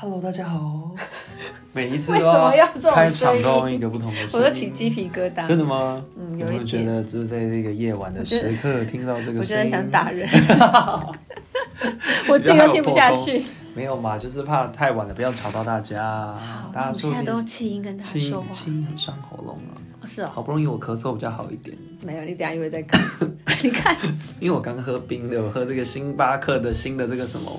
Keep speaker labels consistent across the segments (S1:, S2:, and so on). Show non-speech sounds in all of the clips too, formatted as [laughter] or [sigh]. S1: Hello，大家好。 [laughs] 每一次
S2: [laughs] 为
S1: 都
S2: 什么要这种
S1: 开
S2: 声
S1: 场
S2: 音
S1: 都用一个不同的声
S2: 我
S1: 音，
S2: 都起鸡皮疙瘩，
S1: 真的吗？
S2: 嗯
S1: 有
S2: 有
S1: 没有
S2: 一
S1: 觉
S2: 点
S1: 得就是在这个夜晚的
S2: 我觉
S1: 时
S2: 得
S1: 刻听到这个声音，
S2: 我真的想
S1: [laughs]
S2: 打人， [laughs] 我自己都听不下去。
S1: 没有嘛，就是怕太晚了，不要吵到大家。大家
S2: 啊我
S1: 说
S2: 现在
S1: 不
S2: 都
S1: 定
S2: 用气音跟他
S1: 轻
S2: 说话，
S1: 轻很伤喉咙啊。
S2: 哦是哦，
S1: 好不容易我咳嗽比较好一点，
S2: 没有，你等一下又会再看。
S1: [laughs]
S2: 你看
S1: 因为我刚喝冰的，我喝这个星巴克的新的这个什么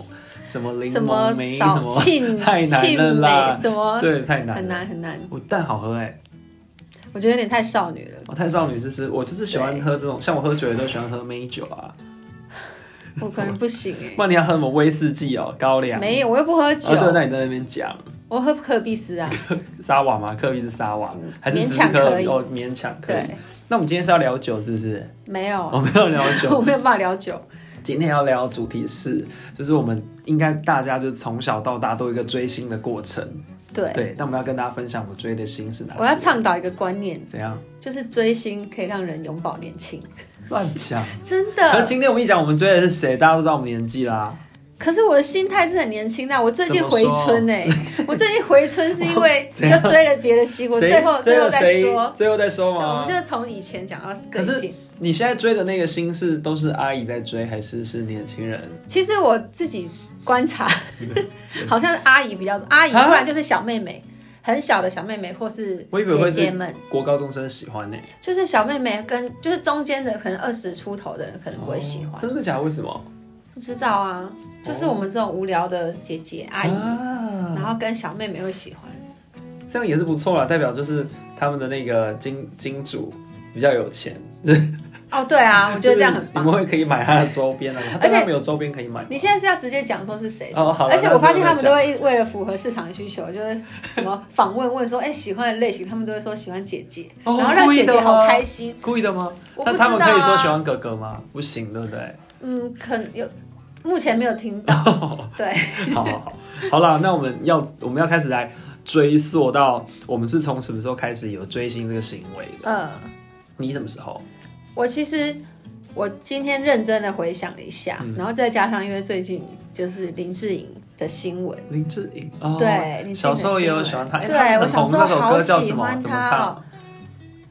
S1: 什么柠
S2: 什么
S1: 檬梅什
S2: 早
S1: 么，[laughs]
S2: 庆
S1: 太难
S2: 庆
S1: 了啦
S2: 美什么，
S1: 对，太难了
S2: 很难。很难，
S1: 我但好喝哎、
S2: 我觉得有点太少女了，
S1: 我哦太少女就是我就是喜欢喝这种，像我喝酒也都喜欢喝美酒啊。
S2: 我可能
S1: [laughs]
S2: 不行
S1: 不然你要喝什么威士忌哦，高
S2: 哎，
S1: 粱？
S2: 没有，我又不喝
S1: 啊，对，
S2: 酒，
S1: 那你在那边讲
S2: 我喝可比斯啊，
S1: 沙瓦吗？科比是沙瓦
S2: 嗯，
S1: 还是只是
S2: 勉强
S1: 科
S2: 可以
S1: 哦，勉强可以。
S2: 对，
S1: 那我们今天是要聊酒是不是？
S2: 没有
S1: 我
S2: [laughs] 啊，
S1: 们要聊
S2: 我
S1: 酒，
S2: 没有办法聊酒，
S1: 今天要聊的主题是，就是我们应该大家就是从小到大都有一个追星的过程，
S2: 对，
S1: 对。那我们要跟大家分享我追的星是哪些？
S2: 我要倡导一个观念，
S1: 怎样？
S2: 就是追星可以让人永葆年轻，
S1: 乱
S2: [laughs]
S1: 讲。
S2: 真
S1: 可是
S2: 的。
S1: 今天我们一讲我们追的是谁，大家都知道我们年纪啦。
S2: 可是我的心态是很年轻的啊，我最近
S1: 怎么
S2: 回
S1: 说 [laughs]
S2: 春哎、我最近回春是因为
S1: 怎
S2: [laughs] 又
S1: 样
S2: 追了别的星，我
S1: 谁
S2: 最后
S1: 最
S2: 后
S1: 后
S2: 再
S1: 谁
S2: 说。
S1: 最后再说
S2: 对我
S1: 吗
S2: 们就？是从以前讲到最
S1: 可是
S2: 近。
S1: 你现在追的那个星是都是阿姨在追，还是是年轻人？
S2: 其实我自己观
S1: [laughs]
S2: 察，好像是阿姨比较多，阿姨
S1: 啊
S2: 不然就是小妹妹，很小的小妹妹或是
S1: 我以为会是
S2: 姐姐们，
S1: 国高中生喜欢呢、
S2: 就是小妹妹跟就是中间的可能二十出头的人可能不会喜欢，
S1: 哦真的假的？为什么？
S2: 不知道啊，就是我们这种无聊的姐姐阿姨，
S1: 啊
S2: 然后跟小妹妹会喜欢。
S1: 这样也是不错啦，代表就是他们的那个金金主比较有钱，
S2: 哦，
S1: [laughs]
S2: 对啊，我觉得这样很
S1: 就是你
S2: 棒。
S1: 们会可以买他的周
S2: [laughs]
S1: 边啊，
S2: 而且
S1: 但他们有周边可以买吗。
S2: 你现在是要直接讲说是谁？是不
S1: 哦
S2: 是
S1: 好了
S2: 而且我发现他们
S1: 那这
S2: 都会为了符合市场需求，就是什么访问问说，哎、喜欢的类型，他们都会说喜欢姐姐，
S1: 哦
S2: 然后让姐姐好开心。
S1: 故意的吗？
S2: 我不
S1: 但
S2: 知
S1: 他
S2: 道
S1: 们可以说喜
S2: 啊，
S1: 欢哥哥吗？不行，对不对？ [laughs]
S2: 嗯，可能有，目前没有听到。
S1: 哦
S2: 对，
S1: 好好好，好啦，那我们要我们要开始来追溯到我们是从什么时候开始有追星这个行为的？
S2: 嗯，
S1: 你什么时候？
S2: 我其实我今天认真的回想了一下，
S1: 嗯
S2: 然后再加上因为最近就是林志颖的新闻，
S1: 林志颖哦，
S2: 对林志颖
S1: 小
S2: 的
S1: 时候也有喜欢他，哎
S2: 新闻
S1: 他
S2: 对
S1: 很
S2: 我小时候
S1: 红那首
S2: 好
S1: 歌叫
S2: 喜
S1: 什么？
S2: 欢
S1: 怎么
S2: 他
S1: 唱
S2: 哦？，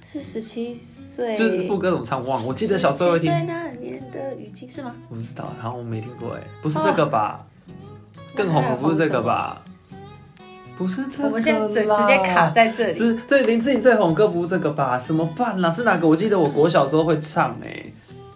S2: 是十七岁，
S1: 就是副歌怎么唱忘了，我记得小时候有
S2: 17
S1: 听，
S2: 岁那年的雨季是吗？
S1: 我不知道，然后我没听过，哎，不是这个
S2: 哦
S1: 吧？更红
S2: 那还
S1: 的
S2: 有
S1: 不是这个吧？不是这个啦，
S2: 我们现在直直接卡在这里。
S1: 这对林志颖最红的歌不是这个吧？什么办啊啦？是哪个？我记得我国小时候会唱哎、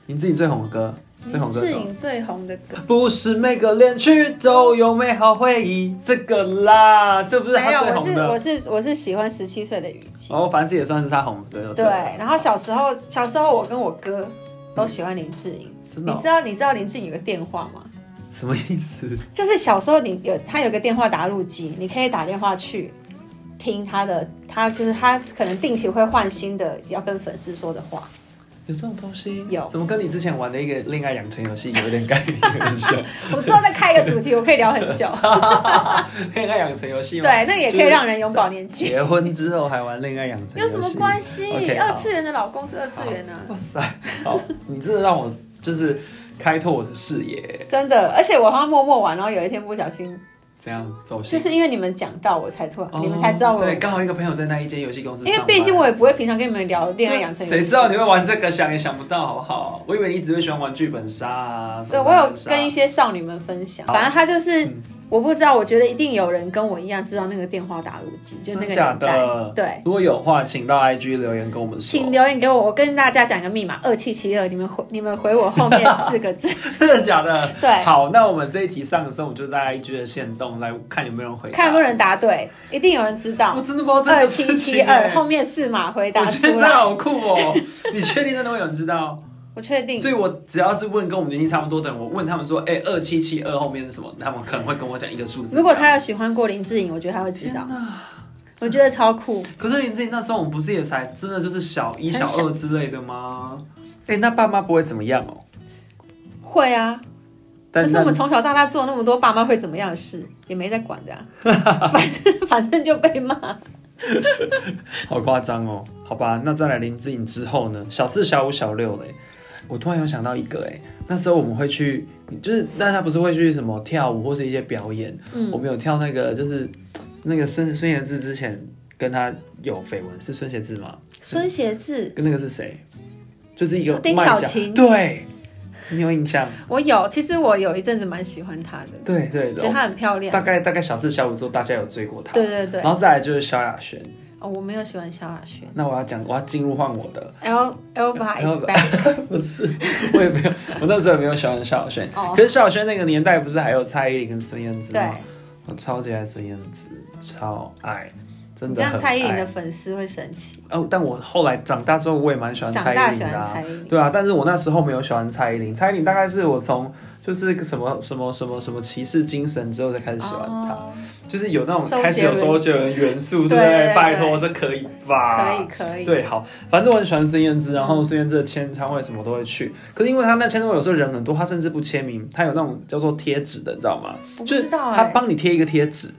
S1: 林志颖最红的歌，最红
S2: 林
S1: 歌手
S2: 嗯志。颖最红的歌，
S1: 不是每个恋曲都有美好回忆，这个啦，这不是
S2: 没
S1: 他
S2: 有，
S1: 最
S2: 我
S1: 红
S2: 是
S1: 的
S2: 我。是我是喜欢十七岁的雨季。
S1: 哦，啊反正这也算是他红的。
S2: 对，然后小时候小时候我跟我哥都喜欢林志颖。
S1: 真的
S2: 你
S1: 哦、
S2: 知道你知道林志颖有个电话吗？
S1: 什么意思？
S2: 就是小时候你有他有个电话打录机，你可以打电话去听他的，他就是他可能定期会换新的要跟粉丝说的话。
S1: [laughs] 有这种东西？
S2: 有
S1: 怎么跟你之前玩的一个恋爱养成游戏有点概
S2: [laughs]
S1: 念很像？
S2: 我之后再开一个主题，我可以聊很
S1: [laughs]
S2: 久。
S1: 恋爱养成游戏吗？
S2: 对，那个也可以让人永葆年轻。
S1: 结婚之后还玩恋爱养成游
S2: 有
S1: 戏，
S2: 什么关系
S1: OK，好
S2: 二次元的老公是二次元啊，
S1: 哇塞，好，你真的让我就是开拓我的视野，
S2: 真的。而且我好像默默玩，然后有一天不小心，
S1: 这样走
S2: 就
S1: 心。
S2: 是因为你们讲到，我才突然，
S1: 哦
S2: 你们才知道我有
S1: 对，，刚好一个朋友在那一间游戏公司
S2: 因
S1: 上班，
S2: 为毕竟我也不会平常跟你们聊恋爱养成游戏。
S1: 谁知道你会玩这个，想也想不到，好不好？我以为你只会喜欢玩剧本杀啊。什
S2: 对，
S1: 么嗯
S2: 我有
S1: 狼人杀
S2: 跟一些少女们分享，反正他就是，我不知道，我觉得一定有人跟我一样知道那个电话打录机，就那个
S1: 真假
S2: 年代。
S1: 的。
S2: 对，
S1: 如果有的话，请到 IG 留言跟我们说。
S2: 请留言给我，我跟大家讲一个密码二七七二，你们回你们回我后面四个
S1: [laughs]
S2: 字，
S1: [laughs] 真的假的？
S2: 对
S1: 好，那我们这一集上的时候，我们就在 IG 的线动来看有没有人回答。
S2: 看有没有人答对，一定有人知道
S1: 我。真的不知道这
S2: 二
S1: 个
S2: 七
S1: 事
S2: 七
S1: 情
S2: 二
S1: 欸。
S2: 后面四码回答
S1: 我觉得
S2: 出
S1: 真的
S2: 来，
S1: 好酷哦！ [laughs] 你确定真的会有人知道？
S2: 我确定。
S1: 所以我只要是问跟我们年纪差不多的人，我问他们说：“哎、二七七二后面是什么？”他们可能会跟我讲一个数字。
S2: 如果他有喜欢过林志颖，我觉得他会知
S1: 天
S2: 道，
S1: 哪！
S2: 我觉得超酷。
S1: 可是你自己那时候我们不是也才真的就是小一、
S2: 很
S1: 小
S2: 小
S1: 二之类的吗？哎、那爸妈不会怎么样哦。
S2: 会啊，
S1: 但
S2: 可是
S1: 那
S2: 我们从小到大做那么多爸妈会怎么样的事，也没在管
S1: [laughs]
S2: 的、啊，反正反正就被骂。 [laughs]
S1: 好夸张哦，好吧，那再来林志颖之后呢？小四、小五、小六嘞，我突然有想到一个、哎，那时候我们会去，就是大家不是会去什么跳舞或是一些表演，
S2: 嗯
S1: 我们有跳那个就是那个孙孙贤志之前跟他有绯闻，是孙贤志吗？
S2: 孙协志，
S1: 跟那个是谁？就是一个
S2: 丁
S1: 卖
S2: 小
S1: 家
S2: 琴
S1: 对，你有印象？
S2: 我有，其实我有一阵子蛮喜欢她的，
S1: 对对
S2: 觉得
S1: 对，
S2: 她很漂
S1: 大
S2: 亮。
S1: 概大概小四小五的时候，大家有追过他，
S2: 对对对
S1: 然，后再来就是萧亚轩，
S2: 哦，我没有喜欢萧亚轩。
S1: 那我要讲，我要进入换我的，
S2: L Elva is
S1: Elva
S2: back，
S1: 不是，我也没有，我那时候也没有喜欢萧亚轩。
S2: 哦
S1: 可是萧亚轩那个年代不是还有蔡依林跟孙燕姿
S2: 对
S1: 吗？，我超级爱孙燕姿，超爱，真
S2: 你
S1: 的
S2: 这样
S1: 很
S2: 蔡依林的
S1: 爱。
S2: 粉丝会生气。
S1: 哦，但我后来长大之后，我也蛮喜欢
S2: 长
S1: 蔡
S2: 大
S1: 依
S2: 喜
S1: 林
S2: 欢
S1: 的、啊
S2: 蔡。依林，
S1: 对啊，但是我那时候没有喜欢蔡依林，蔡依林大概是我从就是什么什么什么什么骑士精神之后才开始喜欢她，
S2: 嗯哦
S1: 就是有那种
S2: 周杰伦
S1: 开始有周杰伦元素，对不
S2: 对对对
S1: 拜托，这可以吧？
S2: 可以可以，嗯
S1: 对，好，反正我很喜欢孙燕姿，然后孙燕姿的签唱会什么都会去。可是因为她那签唱会有时候人很多，她甚至不签名，她有那种叫做贴纸的，你知道吗？
S2: 我不
S1: 就
S2: 知
S1: 是
S2: 道
S1: 她
S2: 哎，
S1: 帮你贴一个贴纸，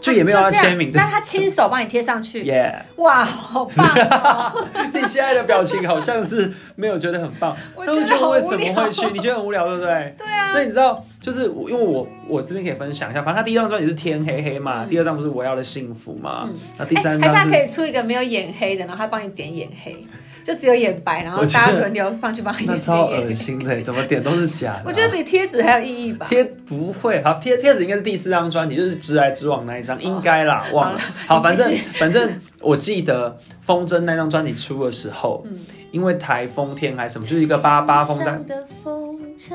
S1: 就也没有
S2: 啊
S1: 要
S2: 就这样
S1: 签名，对
S2: 但他亲手帮你贴
S1: [laughs]
S2: 上去，
S1: 耶
S2: [laughs] 哇，好棒哦！
S1: 你现在的表情好像是没有觉得很棒，
S2: 我
S1: 但我
S2: 觉得好
S1: 为
S2: 无
S1: 什么
S2: 聊
S1: 会去？你觉得很无聊，对不对？
S2: 对啊，
S1: 那你知道，就是我因为我我这边可以分享一下，反正他第一张专辑是《天黑黑》嘛，
S2: 嗯
S1: 第二张不是《我要的幸福》嘛
S2: 嗯，
S1: 那第三
S2: 哎
S1: 张
S2: 还是他
S1: 是
S2: 可以出一个没有眼黑的，然后他帮你点眼黑，就只有眼白，然后
S1: 我觉得
S2: 大家轮流上去帮你
S1: 那
S2: 点
S1: 超
S2: 眼
S1: 恶
S2: 黑。
S1: 心啊
S2: [laughs]
S1: 的，怎么点都是假的啊。
S2: 我觉得比贴纸还有意义吧。
S1: [laughs] 贴不会，好贴贴纸应该是第四张专辑，就是《直来直往》那一张，应该啦，忘了。好，反正
S2: 哦你
S1: [laughs] 反正我记得风筝那张专辑出的时候，
S2: 嗯
S1: 因为台风天还是什么，就是一个八八风
S2: 上
S1: 灾。
S2: 的风筝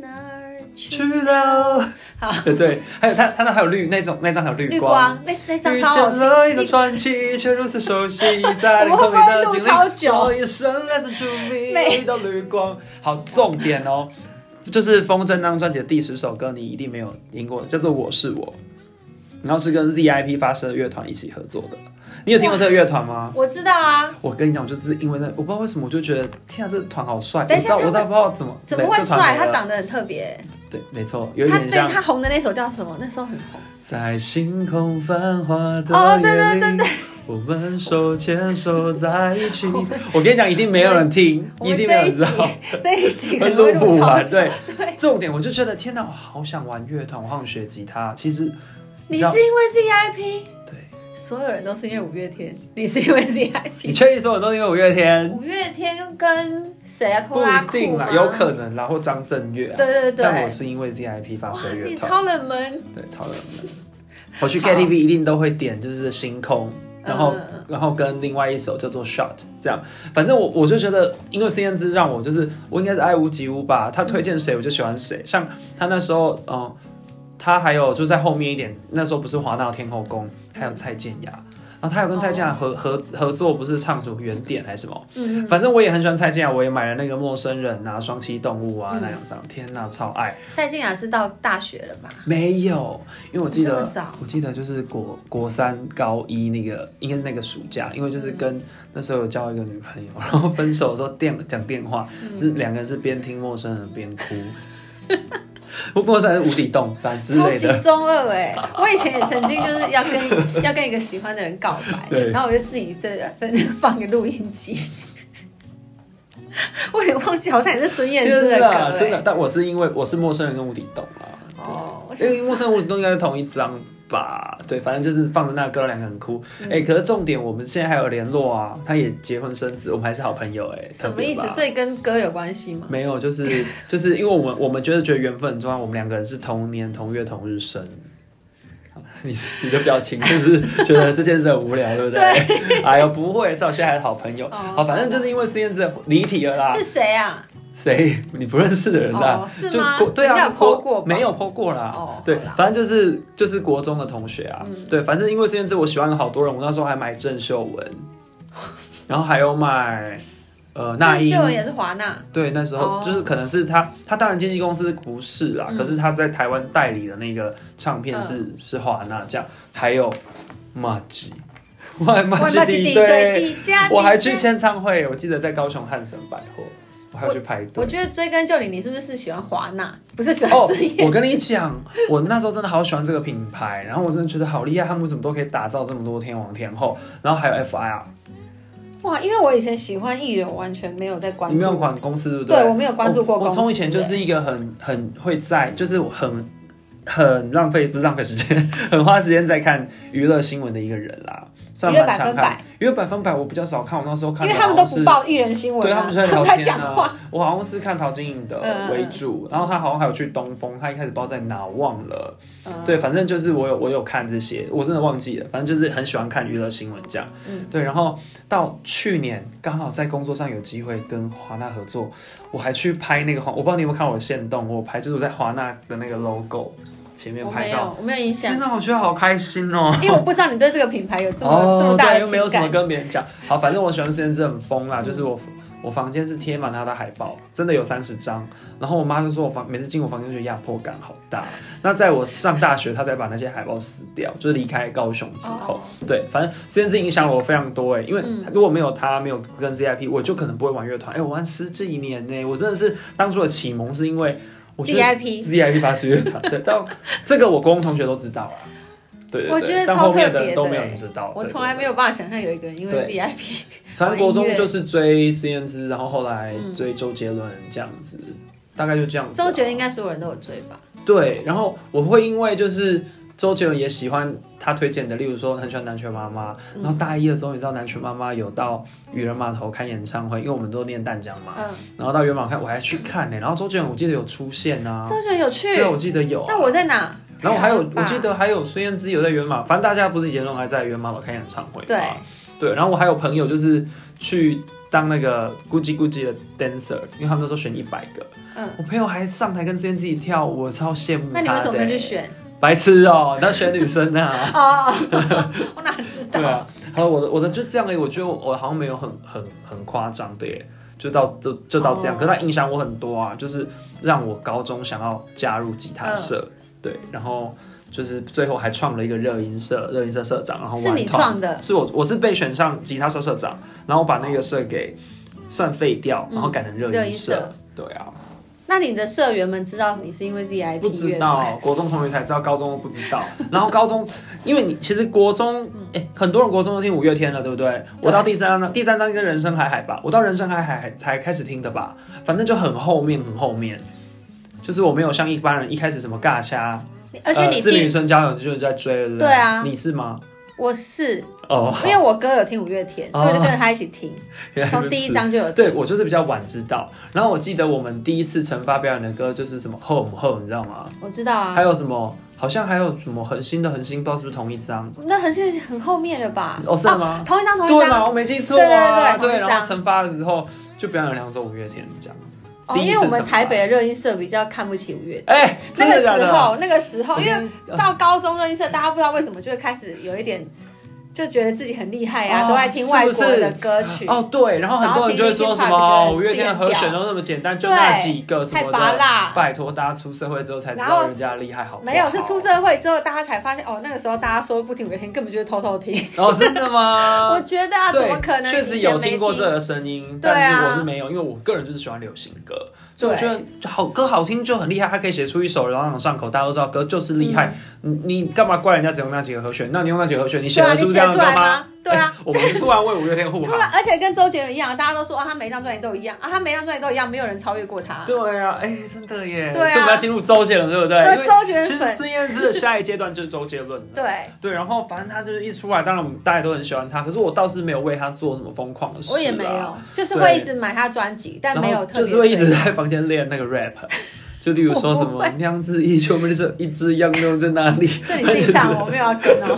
S2: 哪儿去
S1: 去？了，
S2: [laughs] 好，
S1: 对对，还有他他那还有绿那种那张还有
S2: 绿
S1: 绿光，
S2: 光，那那张
S1: 遇
S2: 超好
S1: 见了一
S2: 听
S1: 个。传奇，却如此熟
S2: [laughs]
S1: 悉，在你空
S2: 我们会不
S1: 里
S2: 会
S1: 的
S2: 录
S1: 经历，
S2: 超久
S1: 说一声 Listen to
S2: [laughs]
S1: me，
S2: 每
S1: 遇到绿光。好，重点哦，就是《风筝》那张专辑的第十首歌，你一定没有听过，叫做《我是我》，然后是跟 ZIP 发射乐团一起合作的。你有听过这个乐团吗？
S2: 我知道啊，
S1: 我跟你讲，我就是因为那，我不知道为什么，我就觉得天啊，这团好帅！
S2: 等一下
S1: 我到我
S2: 他
S1: 倒不知道怎么
S2: 怎么
S1: 没
S2: 会
S1: 这团
S2: 帅？
S1: 没
S2: 他
S1: 了
S2: 长得很特别。
S1: 对，没错，有一
S2: 他
S1: 点
S2: 对
S1: 像
S2: 他红的那首叫什么？那时候很红。
S1: 在星空繁华的夜里，
S2: 哦对对对
S1: 我们手牵手在一
S2: [laughs]
S1: 起。我跟你讲，一定没有人听，
S2: 我
S1: 一
S2: 们
S1: 定没有
S2: 这一
S1: 人知
S2: 集
S1: 道，
S2: 这 [laughs] 一集可
S1: [laughs] 会
S2: 能会
S1: 录不
S2: 录超
S1: 完。
S2: 久。
S1: 对，
S2: 对，
S1: 重点我就觉得天哪，我好想玩乐团，我好想学吉他。其实
S2: 你
S1: 知道
S2: 是因为 ZIP，
S1: 对，
S2: 所有人都是因为五月天，你是因为
S1: 你
S2: ZIP。
S1: 确定所有都因为五月天？
S2: 五月天跟谁啊？
S1: 不
S2: 拖 [laughs] 拉
S1: 一
S2: 库
S1: 定
S2: 吗
S1: 啦，有可能啦，或张震岳啊。
S2: 对对对
S1: 但我是因为 ZIP 发
S2: 哇
S1: 射，乐
S2: 你
S1: 团。
S2: 超冷门。
S1: 对，超冷门。我去 KTV 一定都会点就是星空，然后、
S2: 嗯嗯
S1: 然后跟另外一首叫做 Shot，这样。反正我我就觉得，因为孙燕姿让我就是我应该是爱屋及乌吧，她推荐谁我就喜欢谁。像她那时候，嗯、她还有就在后面一点，那时候不是华纳天后宫，还有蔡健雅。然后她有跟蔡健雅合合合作，不是唱什么原点还是什么？
S2: 嗯，
S1: 反正我也很喜欢蔡健雅，我也买了那个陌生人啊、双栖动物啊
S2: 嗯
S1: 那两张，天哪，超爱。
S2: 蔡健雅是到大学了吧？
S1: 没有，因为我记
S2: 这
S1: 得
S2: 么早
S1: 我记得就是国国三高一那个，应该是那个暑假，因为
S2: 嗯
S1: 就是跟、那时候有交一个女朋友，然后分手的时候电讲电话，
S2: 嗯
S1: 是两个人是边听陌生人边哭。 [laughs] 不过还是无底洞吧之
S2: 超
S1: 类
S2: 级
S1: 的，
S2: 中
S1: [laughs]
S2: 二哎、我以前也曾经就是要跟要跟一个喜欢的人告白
S1: 对，
S2: 然后我就自己在在那放个录音机。 [laughs] 我有点忘记，好像也是孙燕姿的歌、
S1: 哪
S2: 欸，
S1: [laughs] 真的。啊但我是因为我是陌生人跟无底洞啊，对。
S2: 哦，我
S1: 因
S2: 想
S1: 为陌生人无底洞应该是同一张吧？对，反正就是放着那个歌，两个人哭。
S2: 嗯
S1: 哎、可是重点，我们现在还有联络啊，他也结婚生子，我们还是好朋友哎、
S2: 什
S1: 特
S2: 么
S1: 别
S2: 意思
S1: 吧？
S2: 所以跟歌有关系吗？
S1: 没有，就是 [laughs] 就是因为我们我们觉得觉得缘分很重要，我们两个人是同年同月同日生。 [laughs] 你你的表情就是觉得这件事很无聊，对不对？ [laughs] 哎呦，不会，至少现在还是好朋友。
S2: 哦
S1: 好，反正就是因为孙燕姿离题了啦
S2: 是。谁啊？
S1: 谁你不认识的人啦？
S2: 哦是
S1: 就
S2: 吗
S1: 国对
S2: 人家
S1: 啊，
S2: 有 po 过
S1: 国
S2: 吧
S1: 没有 PO 过啦。
S2: 哦
S1: 对
S2: 好啦，
S1: 反正就是就是国中的同学啊。
S2: 嗯
S1: 对，反正因为孙燕姿，我喜欢了好多人。我那时候还买郑秀文，
S2: [laughs]
S1: 然后还有买呃那
S2: 郑
S1: 英，
S2: 秀文也是华纳，
S1: 对，那时候
S2: 哦
S1: 就是可能是他，他当然经纪公司不是啦，
S2: 嗯
S1: 可是他在台湾代理的那个唱片是、是华纳这样，还有马吉，我还马吉
S2: 外
S1: 第一
S2: 对
S1: 对，
S2: 第一家，
S1: 我还去
S2: 第一家
S1: 签唱会，我记得在高雄汉神百货，我还有去排
S2: 我
S1: 队。
S2: 觉得追根究底，你是不是喜欢华纳，不是喜欢
S1: 哦
S2: 孙燕？，
S1: 我跟你讲，我那时候真的好喜欢这个品牌，然后我真的觉得好厉害，他们为什么都可以打造这么多天王天后，然后还有 FIR，
S2: 哇，因为我以前喜欢艺人，我完全没有在关
S1: 你没有
S2: 注，
S1: 管公司对不
S2: 我没有关注过
S1: 我
S2: 公
S1: 我
S2: 司。
S1: 从以前就是一个很很会在，就是很很浪费，不是浪费时间，很花时间在看娱乐新闻的一个人啦。算
S2: 娱乐
S1: 蛮
S2: 百
S1: 常
S2: 分
S1: 看
S2: 百，
S1: 娱乐百分百我比较少看，我那时候看
S2: 因
S1: 的
S2: 为他们
S1: 好
S2: 都
S1: 像
S2: 不
S1: 是
S2: 报艺人新闻、
S1: 对
S2: 啊，
S1: 他们
S2: [laughs]
S1: 就在聊
S2: 们在
S1: 天
S2: 讲话。
S1: 啊。我好像是看陶晶莹的
S2: 嗯嗯
S1: 为主，然后他好像还有去东风，他一开始不知道在哪忘了。
S2: 嗯
S1: 对，反正就是我有我有看这些，我真的忘记了。反正就是很喜欢看娱乐新闻这样。
S2: 嗯
S1: 对，然后到去年刚好在工作上有机会跟华纳合作，我还去拍那个华，我不知道你有没有看我的线动，我拍就是我在华纳的那个 logo 前面
S2: 我
S1: 拍
S2: 没
S1: 照。
S2: 有，我没有影响
S1: 天，哪，我觉得好开心哦！
S2: [laughs] 因为我不知道你对这个品牌有这么、这
S1: 哦，
S2: 么大
S1: 对，
S2: 的
S1: 又
S2: 情
S1: 没有什么
S2: 感。嗯
S1: 跟别人讲。好，反正我喜欢实验室很疯啦，就是我我房间是贴满他的海报，真的有三十张。然后我妈就说我房每次进我房间就觉得压迫感好大。那在我上大学，她才把那些海报撕掉，就是离开高雄之
S2: 哦
S1: 后，对，反正实验室影响了我非常多哎、因为
S2: 嗯
S1: 如果没有他，没有跟 ZIP，我就可能不会玩乐团。哎、我玩十几年呢、我真的是当初的启蒙是因为我觉得
S2: VIP，
S1: ZIP 八十乐团，对，但这个我国中同学都知道啊。对对对
S2: 我觉得
S1: 但
S2: 超
S1: 后面
S2: 特别
S1: 人都
S2: 的
S1: 没有
S2: 欸
S1: 人知道，
S2: 我
S1: 对
S2: 从
S1: 对
S2: 来没有办法想象有一个人因为
S1: 对
S2: VIP，
S1: 反正国中就是追孙燕姿，然后后来追周杰伦这样子，大概就这样子啊。
S2: 嗯周杰伦应该所有人都有追吧？
S1: 对，然后我会因为就是周杰伦也喜欢他推荐的，例如说很喜欢南拳妈妈，然后大一的时候你知道南拳妈妈有到渔人码头开演唱会，因为我们都念淡江嘛，
S2: 嗯，
S1: 然后到渔人码头看我还去看呢、然后周杰伦我记得有出现呐、
S2: 周杰伦有去
S1: 对，，我记得有啊、
S2: 但我在哪？
S1: 然后还有，
S2: 台湾吧
S1: 我记得还有孙燕姿有在元马，反正大家不是以前都还在元马老开演唱会嘛
S2: 对
S1: 对，然后我还有朋友就是去当那个咕叽咕叽的 dancer，因为他们那时候选一百个，
S2: 嗯，
S1: 我朋友还上台跟孙燕姿一起跳舞，我超羡慕他的。欸
S2: 那你为什么没有去？选？。
S1: 白痴哦、那选女生啊
S2: 哦，我哪知
S1: 对
S2: 道？
S1: 啊，好，我的我的就这样哎，我觉得我我好像没有很很很夸张的耶，就到就就到这样，
S2: 哦
S1: 可是它影响我很多啊，就是让我高中想要加入吉他社，
S2: 嗯
S1: 对，然后就是最后还创了一个热音社，热音社社长，然后
S2: 是你
S1: 玩团
S2: 创的
S1: 是我我是被选上吉他社社长，然后把那个社给算废掉，然后改成热
S2: 嗯热
S1: 音
S2: 音
S1: 社，
S2: 社
S1: 对啊，
S2: 那你的社员们知道你是因为 VIP
S1: 不知
S2: 乐团
S1: 道，国中同学才知道，高中都不知
S2: [laughs]
S1: 道。然后高中，因为你其实国中，
S2: 嗯
S1: 哎、很多人国中都听五月天了，对不对？我到第三章，第三章跟人生海海吧，我到人生海海才开始听的吧，反正就很后面，很后面。就是我没有像一般人一开始什么尬掐，
S2: 你而且你
S1: 呃、志明与
S2: 第
S1: 春娇有就是在追了，对不
S2: 对啊
S1: 你是吗？
S2: 我是
S1: 哦，
S2: 因为我哥有听五月天，
S1: 哦
S2: 所以我就跟着他一起听，
S1: [laughs] 原来如
S2: 从
S1: 此
S2: 第一章就有听。
S1: 对我就是比较晚知道。然后我记得我们第一次惩罚表演的歌就是什么 Home Home，你知道吗？
S2: 我知道啊，
S1: 还有什么？好像还有什么恒星的恒星，不知道是不是同一张。
S2: 那很是很后面了吧？
S1: 哦是吗
S2: 哦同一张同一
S1: 对嘛，
S2: 张
S1: 我没记错啊。
S2: 对对对同一张
S1: 然后惩罚的时候就表演了两首五月天这样子。
S2: 哦，
S1: 第一次
S2: 因为我们
S1: 惩罚
S2: 台北的热音社比较看不起五月天。
S1: 哎，
S2: 那个
S1: 真的
S2: 时
S1: 嗯假的，
S2: 候，那个时候，因为
S1: 为
S2: 到高中热音社，大家不知道为什么就会开始有一点，就觉得自己很厉害啊，
S1: 哦
S2: 都爱听外国
S1: 是不
S2: 的
S1: 是
S2: 歌曲，
S1: 哦对，然后很多人就会说什
S2: 然后
S1: 么哦
S2: 听 Linkin Park
S1: 五月天的和弦都那么简单，就那几个什
S2: 太
S1: 么
S2: 拔
S1: 的。
S2: 辣。
S1: 拜托，大家出社会之后才知
S2: 然
S1: 道
S2: 后
S1: 人家厉害好不好
S2: 没有，是出社会之后，大家才发现哦，那个时候大家说不听五月天，根本就是偷偷听。
S1: 哦，真的吗
S2: [laughs] 我？觉得啊，怎
S1: 对，
S2: 么可能？
S1: 确实有听过这
S2: 个。
S1: 个声音，
S2: 对啊
S1: 但是我是没有，因为我个人就是喜欢流行歌，所以我觉得好歌好听就很厉害，他可以写出一首朗朗上口，大家都知道歌就是厉害。你你干嘛怪人家只用那几个和弦？那你用那几个和弦，你写
S2: 嗯对啊，
S1: 得出
S2: 你写
S1: 这样的
S2: 出
S1: 歌
S2: 来
S1: 吗？
S2: 吗？对啊
S1: 哎，我
S2: [laughs]
S1: 们突然为五月天护
S2: 突
S1: 航。
S2: 然，而且跟周杰伦一样，大家都说啊，他每一张专辑都一样啊，他每一张专辑都一样，没有人超越过他。
S1: 对啊，哎、真的耶！
S2: 对啊
S1: 所以我们要进入周杰伦，对不对？
S2: 对
S1: 因为
S2: 周杰伦
S1: 其实
S2: 粉
S1: 孙燕姿的下一阶段就是周杰伦了。
S2: [laughs] 对，
S1: 对，然后反正他就是一出来，当然我们大家都很喜欢他，可是我倒是没有为他做什么疯狂的事、啊。
S2: 我也没有，就是会一直买他专辑，但没
S1: 然后
S2: 有特别
S1: 就是会一直
S2: 追
S1: 在房间练那个 rap，就例如说什
S2: 我不
S1: 么
S2: 会
S1: “那样子一就没这一只羊牛在那里”，
S2: [laughs] 这你自己唱，我没有要跟哦。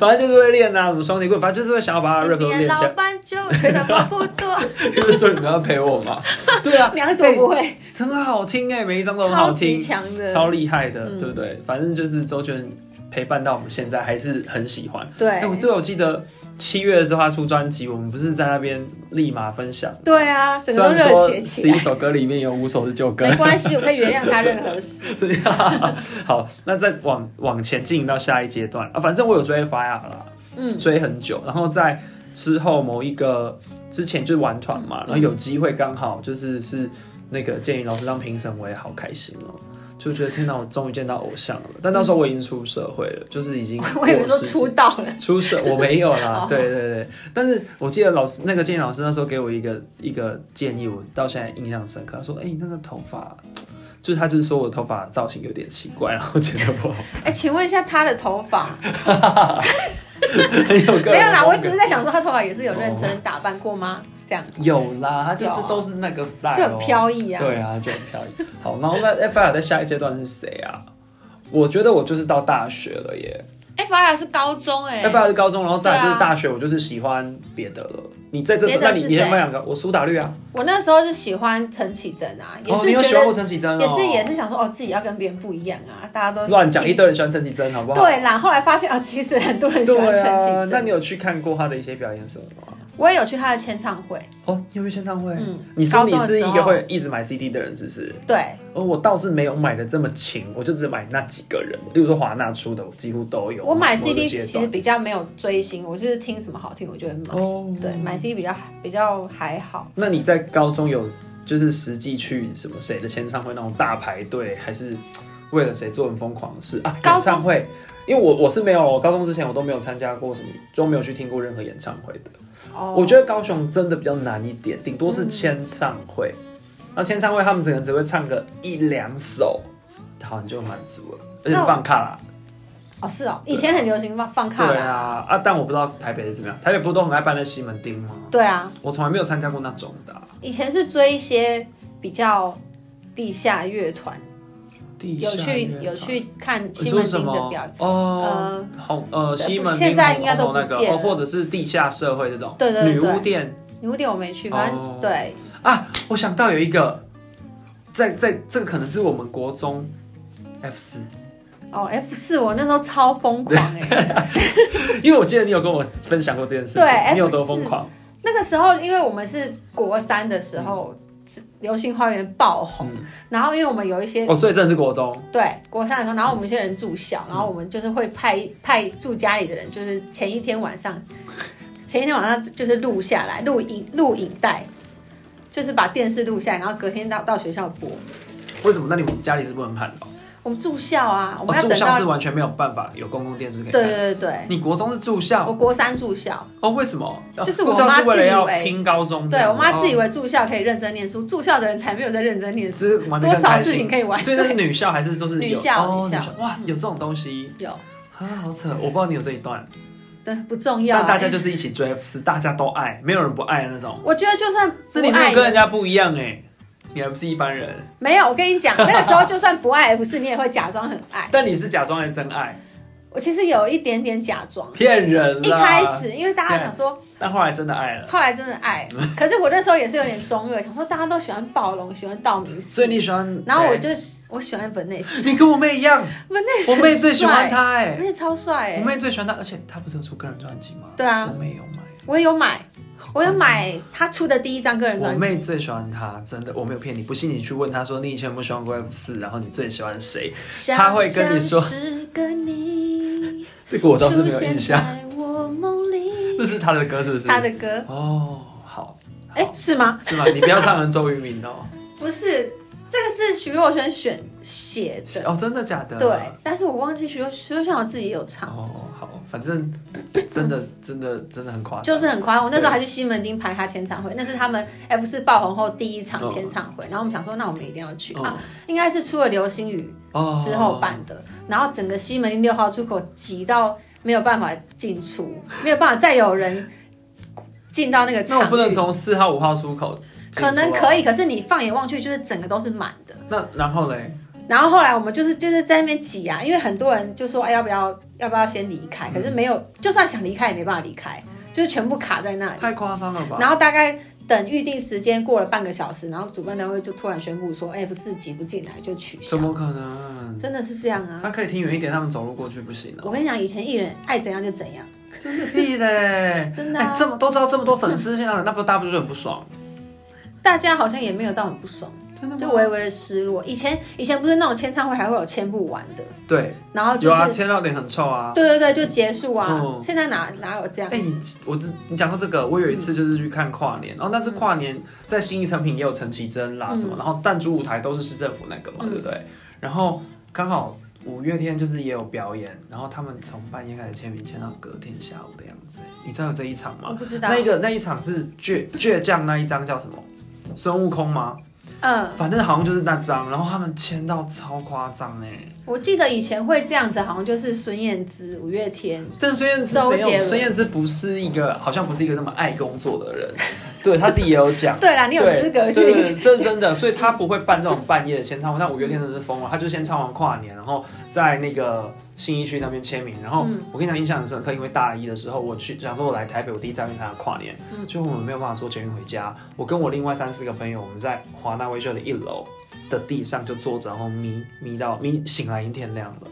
S1: 反正就是会练啊，什么双截棍，反正就是会想要 [laughs] 把他的 rap 都
S2: 年
S1: 练起
S2: 老
S1: 来。
S2: 板就腿的毛不多，
S1: 就是说你们要陪我嘛， [laughs] 对啊，
S2: [laughs] 两种不会，
S1: [laughs] 真好听哎，每一张都很好
S2: 超级
S1: 听，
S2: 强的，
S1: 超厉害的，
S2: 嗯
S1: 对不对？反正就是周杰伦陪伴到我们现在，还是很喜欢。
S2: 对
S1: 哎，我对我记得七月的时候他出专辑，我们不是在那边立马分享，
S2: 对啊，整个都
S1: 虽然
S2: 热
S1: 说
S2: 血
S1: 十
S2: 起
S1: 一
S2: 来。
S1: 首歌里面有五首是旧歌，
S2: [laughs] 没关系，我可以原谅他任何事。
S1: 对啊， [laughs] 好，那再往往前进行到下一阶段啊，反正我有追 Fire 啦，
S2: [laughs] 嗯，
S1: 追很久，然后在之后某一个之前就是玩团
S2: 嗯
S1: 嘛，然后有机会刚好就是是那个建议老师当评审，我也好开心哦、就觉得天哪，我终于见到偶像了。但那时候我已经出社会了，就是已经
S2: [laughs] 嗯 [laughs] 我以为
S1: 过
S2: 说
S1: 了十几
S2: 出道了，
S1: [laughs] 出社我没有啦
S2: 好，
S1: 对对对。但是我记得老师那个建议老师那时候给我一个一个建议，我到现在印象深刻。他说：“哎、你那个头发，就是他就是说我头发造型有点奇怪，然后觉得不好，
S2: [laughs] 哎、请问一下他的头 [laughs] 发？
S1: 很有个人
S2: 没有哦啦，
S1: 风格
S2: 啊我只是在想说他头发也是有认真打扮过吗？这样
S1: 有啦，他就是
S2: 有
S1: 都是那个 style，
S2: 哦
S1: 哦
S2: 就很飘逸啊。
S1: 对啊，就很飘逸。好，然后那 FIR 在下一阶段是谁啊？我觉得我就是到大学了耶、
S2: F I 哎是高中哎、
S1: f i r 是高中，然后再来就
S2: 对
S1: 是
S2: 啊
S1: 大学，我就是喜欢别的了。你在这
S2: 别，的
S1: 那你
S2: 是
S1: 你有没有
S2: 谁
S1: 两个？我苏打绿啊，
S2: 我那时候是喜欢陈绮贞啊，也
S1: 哦，你有
S2: 是
S1: 喜
S2: 觉
S1: 欢
S2: 得、
S1: 过陈绮贞哦？
S2: 也是也是想说哦，自己要跟别人不一样啊，大家都是
S1: 乱讲一。堆人喜欢陈绮贞，好不好？
S2: 对啦，后来发现啊，其实很多人喜
S1: 对
S2: 欢陈绮
S1: 啊，那
S2: 贞。
S1: 你有去看过他的一些表演什么的吗？
S2: 我也有去他的签唱会，
S1: 哦，你有去签唱会？
S2: 嗯
S1: 你说你
S2: 高中的
S1: 是
S2: 时
S1: 一
S2: 候
S1: 个会一直买 CD 的人，是不是？
S2: 对，
S1: 而我倒是没有买的这么勤，我就只买那几个人，例如说华纳出的，我几乎都有。
S2: 我买
S1: 某个
S2: CD
S1: 阶
S2: 其
S1: 段
S2: 实比较没有追星，我就是听什么好听我就会买。
S1: 哦，
S2: 对，买 CD 比较比较还好。
S1: 那你在高中有就是实际去什么谁的签唱会那种大排队，还是为了谁做很疯狂的事啊？
S2: 高中
S1: 演唱会，因为我我是没有，我高中之前我都没有参加过什么，都没有去听过任何演唱会的。
S2: 哦，
S1: 我觉得高雄真的比较难一点，顶多是签唱会。那签唱会他们可能只会唱个一两首，好像就满足了，而且
S2: 那我
S1: 放卡啦。
S2: 哦是哦，以前很流行放放卡
S1: 对
S2: 拉。
S1: 啊，啊，但我不知道台北是怎么样，台北不都很爱办在西门町吗？
S2: 对啊，
S1: 我从来没有参加过那种的啊、
S2: 以前是追一些比较地下乐团，
S1: 地下
S2: 有去
S1: 乐团
S2: 有，去看
S1: 你
S2: 西
S1: 说
S2: 门
S1: 什
S2: 町
S1: 么
S2: 的表演。？
S1: 哦，
S2: 呃，
S1: 红呃西门町
S2: 现在应该都
S1: 红楼那
S2: 不
S1: 个，
S2: 见
S1: 哦，
S2: 了
S1: 或者是地下社会这种，
S2: 对对对
S1: 女
S2: 对
S1: 巫店
S2: 有点我没去，反正、
S1: 哦
S2: 对，
S1: 啊，我想到有一个，在在这个可能是我们国中 F 四。
S2: 哦 F 四我那时候超疯狂哎、
S1: [laughs] 因为我记得你有跟我分享过这件事情，
S2: 对
S1: 你有
S2: F4
S1: 多疯狂？
S2: [laughs] 那个时候因为我们是国三的时候，是流星花园爆红，
S1: 嗯
S2: 然后因为我们有一些
S1: 哦，所以真的是国中，
S2: 对，国三的时候，然后我们一些人住校，然后我们就是会派派住家里的人，就是前一天晚上，前一天晚上就是录下来，录影录影带，就是把电视录下来，然后隔天到到学校播。
S1: 为什么？那你们家里是不能看的哦、
S2: 我们住校啊，我们
S1: 哦
S2: 要
S1: 住
S2: 等
S1: 校
S2: 到、
S1: 是完全没有办法有公共电视可以
S2: 对
S1: 看的。
S2: 对对对，
S1: 你国中是住
S2: 我
S1: 校
S2: 国三住校，
S1: 哦？为什么？哦
S2: 就是
S1: 住
S2: 我
S1: 校
S2: 妈
S1: 是为了要
S2: 自以为
S1: 拼高中这
S2: 对
S1: 样
S2: 我
S1: 子，
S2: 妈自以
S1: 为
S2: 为住校可以认真念书，住校的人才没有在认真念书，
S1: 哦是玩的
S2: 多少事情可以玩。
S1: 所以那是
S2: 对，
S1: 女校还是就是有
S2: 女校
S1: 哦，
S2: 女校
S1: 哇，有这种东西
S2: 有，
S1: 啊，好扯！我不知道你有这一段，
S2: 对不重要、
S1: 但
S2: 啊。
S1: 大家就是一起追，是大家都爱，没有人不爱的那种。
S2: 我觉得就算不
S1: 那你没
S2: 爱
S1: 有跟人家不一样哎、你还不是一般人，
S2: 没有，我跟你讲，那个时候就算不爱 F 四，你也会假装很爱。
S1: 但你是假装的真爱，
S2: 我其实有一点点假装。
S1: 骗人啦！
S2: 一开始，因为大家想说，
S1: 但后来真的爱了，
S2: 后来真的爱，
S1: 嗯
S2: 可是我那时候也是有点中二，想说大家都喜欢暴龙，喜欢道明寺，
S1: 所以你喜欢谁，
S2: 然后我就我喜欢文内斯，
S1: 你跟我妹一
S2: [laughs]
S1: 样，
S2: 文内斯
S1: 我妹最喜欢
S2: 很帅，
S1: 他哎、
S2: 文内斯超帅
S1: 我
S2: 哎，
S1: 妹最喜欢他，而且他不是有出个人专辑吗？
S2: 对啊
S1: 我妹有买，
S2: 我也有买，我有买他出的第一张个人
S1: 我
S2: 专
S1: 妹
S2: 辑，
S1: 最喜欢他，真的，我没有骗你，不信你去问她说你以前有没有喜欢过 F 四，然后你最喜欢谁？她会跟你说
S2: 想象是个你
S1: 这 [laughs] 个我倒是
S2: 出
S1: 没有印
S2: 现
S1: 象，
S2: 在我梦里，
S1: [laughs] 这是他的歌是不是？
S2: 他的歌，
S1: 哦，好，
S2: 哎，是吗？
S1: 是吗？你不要唱成周渝民
S2: [laughs]
S1: 哦，
S2: 不是，这个是徐若瑄选写的，
S1: 哦，真的假的？
S2: 对，但是我忘记徐若徐若瑄我自己也有唱。
S1: 哦，好，反正真的真的真的很夸张，
S2: 就是很夸张。我那时候还去西门町排他签唱会，那是他们 F 四爆红后第一场签唱会。然后我们想说，那我们一定要去、
S1: 嗯
S2: 啊，应该是出了流星雨
S1: 哦
S2: 之后办的。然后整个西门町六号出口挤到没有办法进出，没有办法再有人进到那个
S1: 那
S2: 场
S1: 我不能啊
S2: 域
S1: 从四号五号出口进出啊，
S2: 可能可以，可是你放眼望去，就是整个都是满的。
S1: 那然后嘞，
S2: 然后后来我们就是就是在那边挤啊，因为很多人就说，哎，要不要要不要先离开？可是没有，就算想离开也没办法离开，就是全部卡在那里。
S1: 太夸张了吧？
S2: 然后大概等预定时间过了半个小时，然后主办单位就突然宣布说 F 四挤不进来就取消
S1: 怎，么可能？
S2: 真的是这样啊！
S1: 他可以听远一点，他们走路过去不行哦、
S2: 我跟你讲，以前艺人爱怎样就怎样，
S1: 真的屁嘞！
S2: 真的
S1: 哎、
S2: 啊
S1: 这么都知道这么多粉丝，现在人那不大家不是很不爽？
S2: 大家好像也没有到很不爽，
S1: 真的吗？
S2: 就微微的失落。以前以前不是那种签唱会还会有签不完的，
S1: 对，
S2: 然后就
S1: 有啊，
S2: 是
S1: 签到脸很臭啊。
S2: 对对对就结束啊
S1: 嗯，
S2: 现在哪哪有这样
S1: 哎、？
S2: 嗯
S1: 你我只你讲到这个，我有一次就是去看跨年，然后那次
S2: 嗯
S1: 跨年在新艺成品也有陈绮贞啦什么，然后弹珠舞台都是市政府那个嘛，对不对？然后刚好五月天就是也有表演，然后他们从半夜开始签名，签到隔天下午的样子。你知道有这一场吗？
S2: 我不知道。
S1: 那一个那一场是倔倔强那一张叫什么？孙悟空吗？
S2: 嗯，
S1: 反正好像就是那张，然后他们签到超夸张哎。
S2: 我记得以前会这样子，好像就是孙燕姿、五月天，
S1: 但孙燕姿没
S2: 周杰
S1: 有，
S2: 伦
S1: 孙燕姿不是一个好像不是一个那么爱工作的人，对她自己也有讲。
S2: 对啦，你有
S1: 对
S2: 资
S1: 对对
S2: 格去 [laughs]
S1: 对这是真的，所以他不会办这种半夜的签唱会。但五月天真的是疯了，他就先唱完跨年，然后在那个信义区那边签名。然后
S2: 嗯
S1: 我跟你讲，印象很深刻，因为大一的时候我去想说，我来台北，我第一次参加他的跨年，
S2: 嗯
S1: 就我们没有办法坐捷运回家。我跟我另外三四个朋友，我们在华纳威秀的一楼的地上就坐着，然后眯眯到眯醒来，已经天亮了。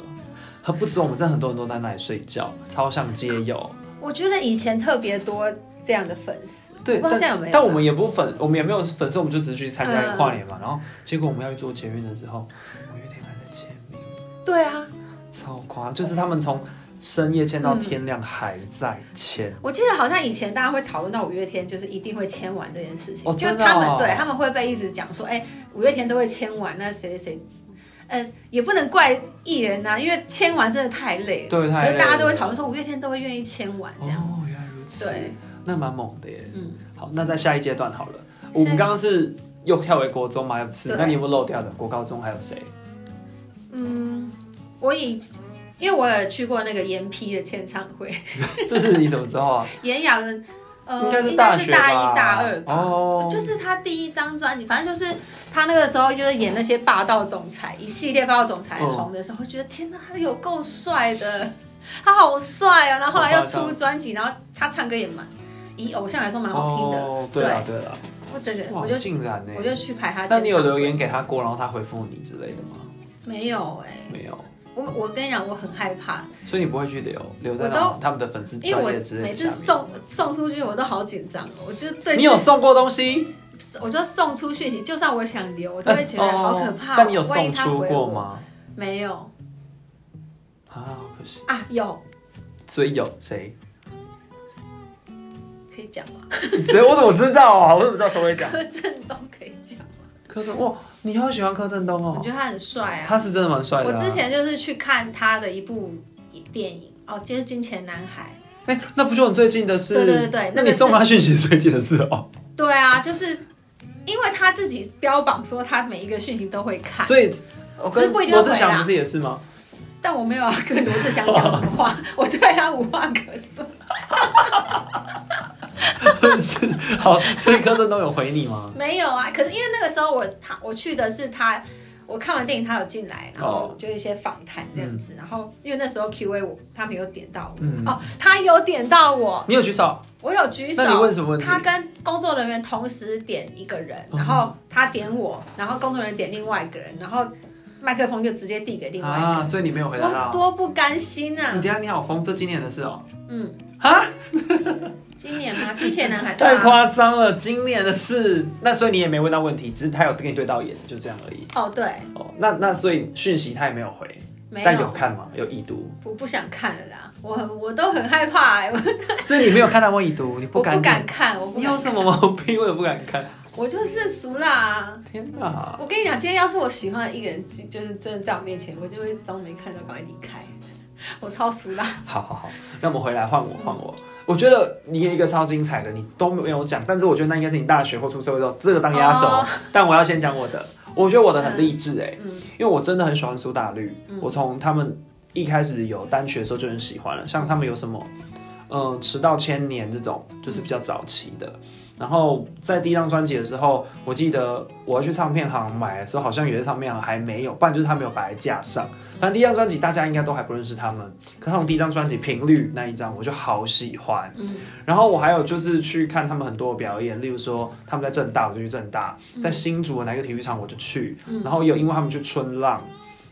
S1: 他不止我们，真的很多人都在那里睡觉，超像街友。
S2: 我觉得以前特别多这样的粉丝，
S1: 对，
S2: 我不
S1: 但
S2: 知道现在有没有。
S1: 但我们也不粉，我们也没有粉丝，我们就只是去参加一个
S2: 嗯
S1: 跨年嘛。然后结果我们要去做捷运的时候，五月天还在签名，
S2: 对啊，
S1: 超夸，就是他们从深夜签到天亮还在签。
S2: 我记得好像以前大家会讨论到五月天，就是一定会签完这件事情，
S1: 哦
S2: 就
S1: 真的哦
S2: 他们对他们会被一直讲说，哎、五月天都会签完，那谁谁谁，嗯，也不能怪艺人呐、因为签完真的太累了，
S1: 对太累
S2: 可是大家都会讨论说五月天都会愿意签完这样，
S1: 哦，原来如此，
S2: 对，
S1: 那蛮猛的耶。
S2: 嗯，
S1: 好，那在下一阶段好了，
S2: 一
S1: 我们刚刚是又跳回国中嘛，有四，
S2: 对
S1: 那你有没有漏掉的？国高中还有谁？ [laughs]
S2: 嗯，我以。因为我有去过那个严批的签唱会， [laughs]
S1: 这是你什么时候啊？
S2: 炎亚纶， [laughs] 呃，
S1: 应该是
S2: 应
S1: 大
S2: 该
S1: 学
S2: 是
S1: 吧
S2: 大一大二吧，
S1: 哦，
S2: 就是他第一张专辑，反正就是他那个时候就是演那些霸道总裁一系列霸道总裁
S1: 嗯
S2: 红的时候，觉得天哪，他有够帅的， [laughs] 他好帅啊！然后后来又出专辑，然后他唱歌也蛮以偶像来说蛮好听的，
S1: 哦，对了对了，
S2: 我整个
S1: 哇
S2: 我就
S1: 竟然欸呢
S2: 我？就去排他。
S1: 那你有留？言给他过，然后他回复你之类的吗？
S2: 没有哎、
S1: 没有。
S2: 我我跟你讲，我很害怕，
S1: 所以你不会去留留在
S2: 我都
S1: 那种他们的粉丝
S2: 因
S1: 专
S2: 为
S1: 业之
S2: 我
S1: 类
S2: 每
S1: 的
S2: 次
S1: 下面。
S2: 送送出去我都好紧张哦，我就对
S1: 你有送过东西？
S2: 我就送出讯息，就算我想留，我都会觉得好可怕
S1: [laughs] 哦
S2: 哦、
S1: 但你有
S2: 万
S1: 送
S2: 一他
S1: 出
S2: 回
S1: 过
S2: 我？
S1: 吗？
S2: 没有
S1: 啊，好可惜。
S2: 啊，有
S1: 所以有谁？ [laughs]
S2: 可以讲吗？
S1: 谁？我怎么知道啊？我怎么知道可不可以讲？
S2: 柯震东可以讲，
S1: 柯震哇，你好喜欢柯震东
S2: 我
S1: 哦
S2: 觉，得他很帅啊。
S1: 他是真的蛮帅的、
S2: 我
S1: 啊。
S2: 之前就是去看他的一部电影哦，就是《金钱男孩
S1: 哎、那不就很最近的事？
S2: 对对对对
S1: 那
S2: 那
S1: 你
S2: 个
S1: 送
S2: 是
S1: 他讯息是最近的事哦，》。
S2: 对啊，就是因为他自己标榜说他每一个讯息都会看，
S1: 所以我
S2: 所
S1: 跟
S2: 以不一定要
S1: 罗志
S2: 回
S1: 祥
S2: 啦
S1: 不是也是吗？ [laughs]
S2: 但我没有要跟罗志祥讲什么话，我对他无话可说。
S1: 是，好，所以柯震东有回你吗？
S2: 没有啊，可是因为那个时候我他我去的是他，我看完电影他有进来，然
S1: 哦
S2: 后就一些访谈这样子，然后因为那时候 Q A 我他没有点到我，
S1: 嗯
S2: 哦，他有点到我，
S1: 你有举手？
S2: 我有举手。
S1: 那你问什么问题？
S2: 他跟工作人员同时点一个人，
S1: 哦
S2: 然后他点我，然后工作人员点另外一个人，然后麦克风就直接递给另外一
S1: 啊，所以你没有回
S2: 个。
S1: 答
S2: 人，
S1: 他
S2: 我
S1: 哦。
S2: 多不甘心
S1: 你
S2: 啊！
S1: 等一下你好疯，这今年的事哦。
S2: 嗯，
S1: 啊，
S2: 今年吗？机械
S1: [laughs]
S2: 男孩对
S1: 太
S2: 啊。
S1: 夸张了，今年的事。那所以你也没问到问题，只是他有跟你对到眼，就这样而已。
S2: 哦，对，
S1: 哦，那那所以讯息他也没有回，
S2: 没
S1: 但有
S2: 有，
S1: 看吗？有已读，
S2: 我不想看了啦，我很我都很害怕、欸，我
S1: 所以你没有看到我已
S2: [laughs]
S1: 读，你不
S2: 我
S1: 敢
S2: 不
S1: 点。
S2: 敢看，我不
S1: 你
S2: 敢
S1: 有
S2: 看，
S1: 什么毛病？我也不敢看。
S2: 我就是俗啦、啊。
S1: 天哪！
S2: 我跟你讲，今天要是我喜欢的一个人，就是真的在我面前，我就会装没看到，赶快离开。我超俗啦，
S1: 好好好，那我们回来换我换我。我觉得你有一个超精彩的，你都没有讲，但是我觉得那应该是你大学或出社会之后这个当压轴。
S2: 哦
S1: [laughs] 但我要先讲我的，我觉得我的很励志哎、
S2: 嗯
S1: 因为我真的很喜欢苏打绿，我从他们一开始有单曲的时候就很喜欢了，像他们有什么，嗯、迟到千年这种，就是比较早期的。然后在第一张专辑的时候，我记得我要去唱片行买的时候，好像有些唱片行还没有，不然就是他没有摆在架上。反正第一张专辑大家应该都还不认识他们，可他们第一张专辑《频率》那一张我就好喜欢。
S2: 嗯，
S1: 然后我还有就是去看他们很多的表演，例如说他们在正大我就去正大，在新竹的哪个体育场我就去，然后有因为他们去春浪，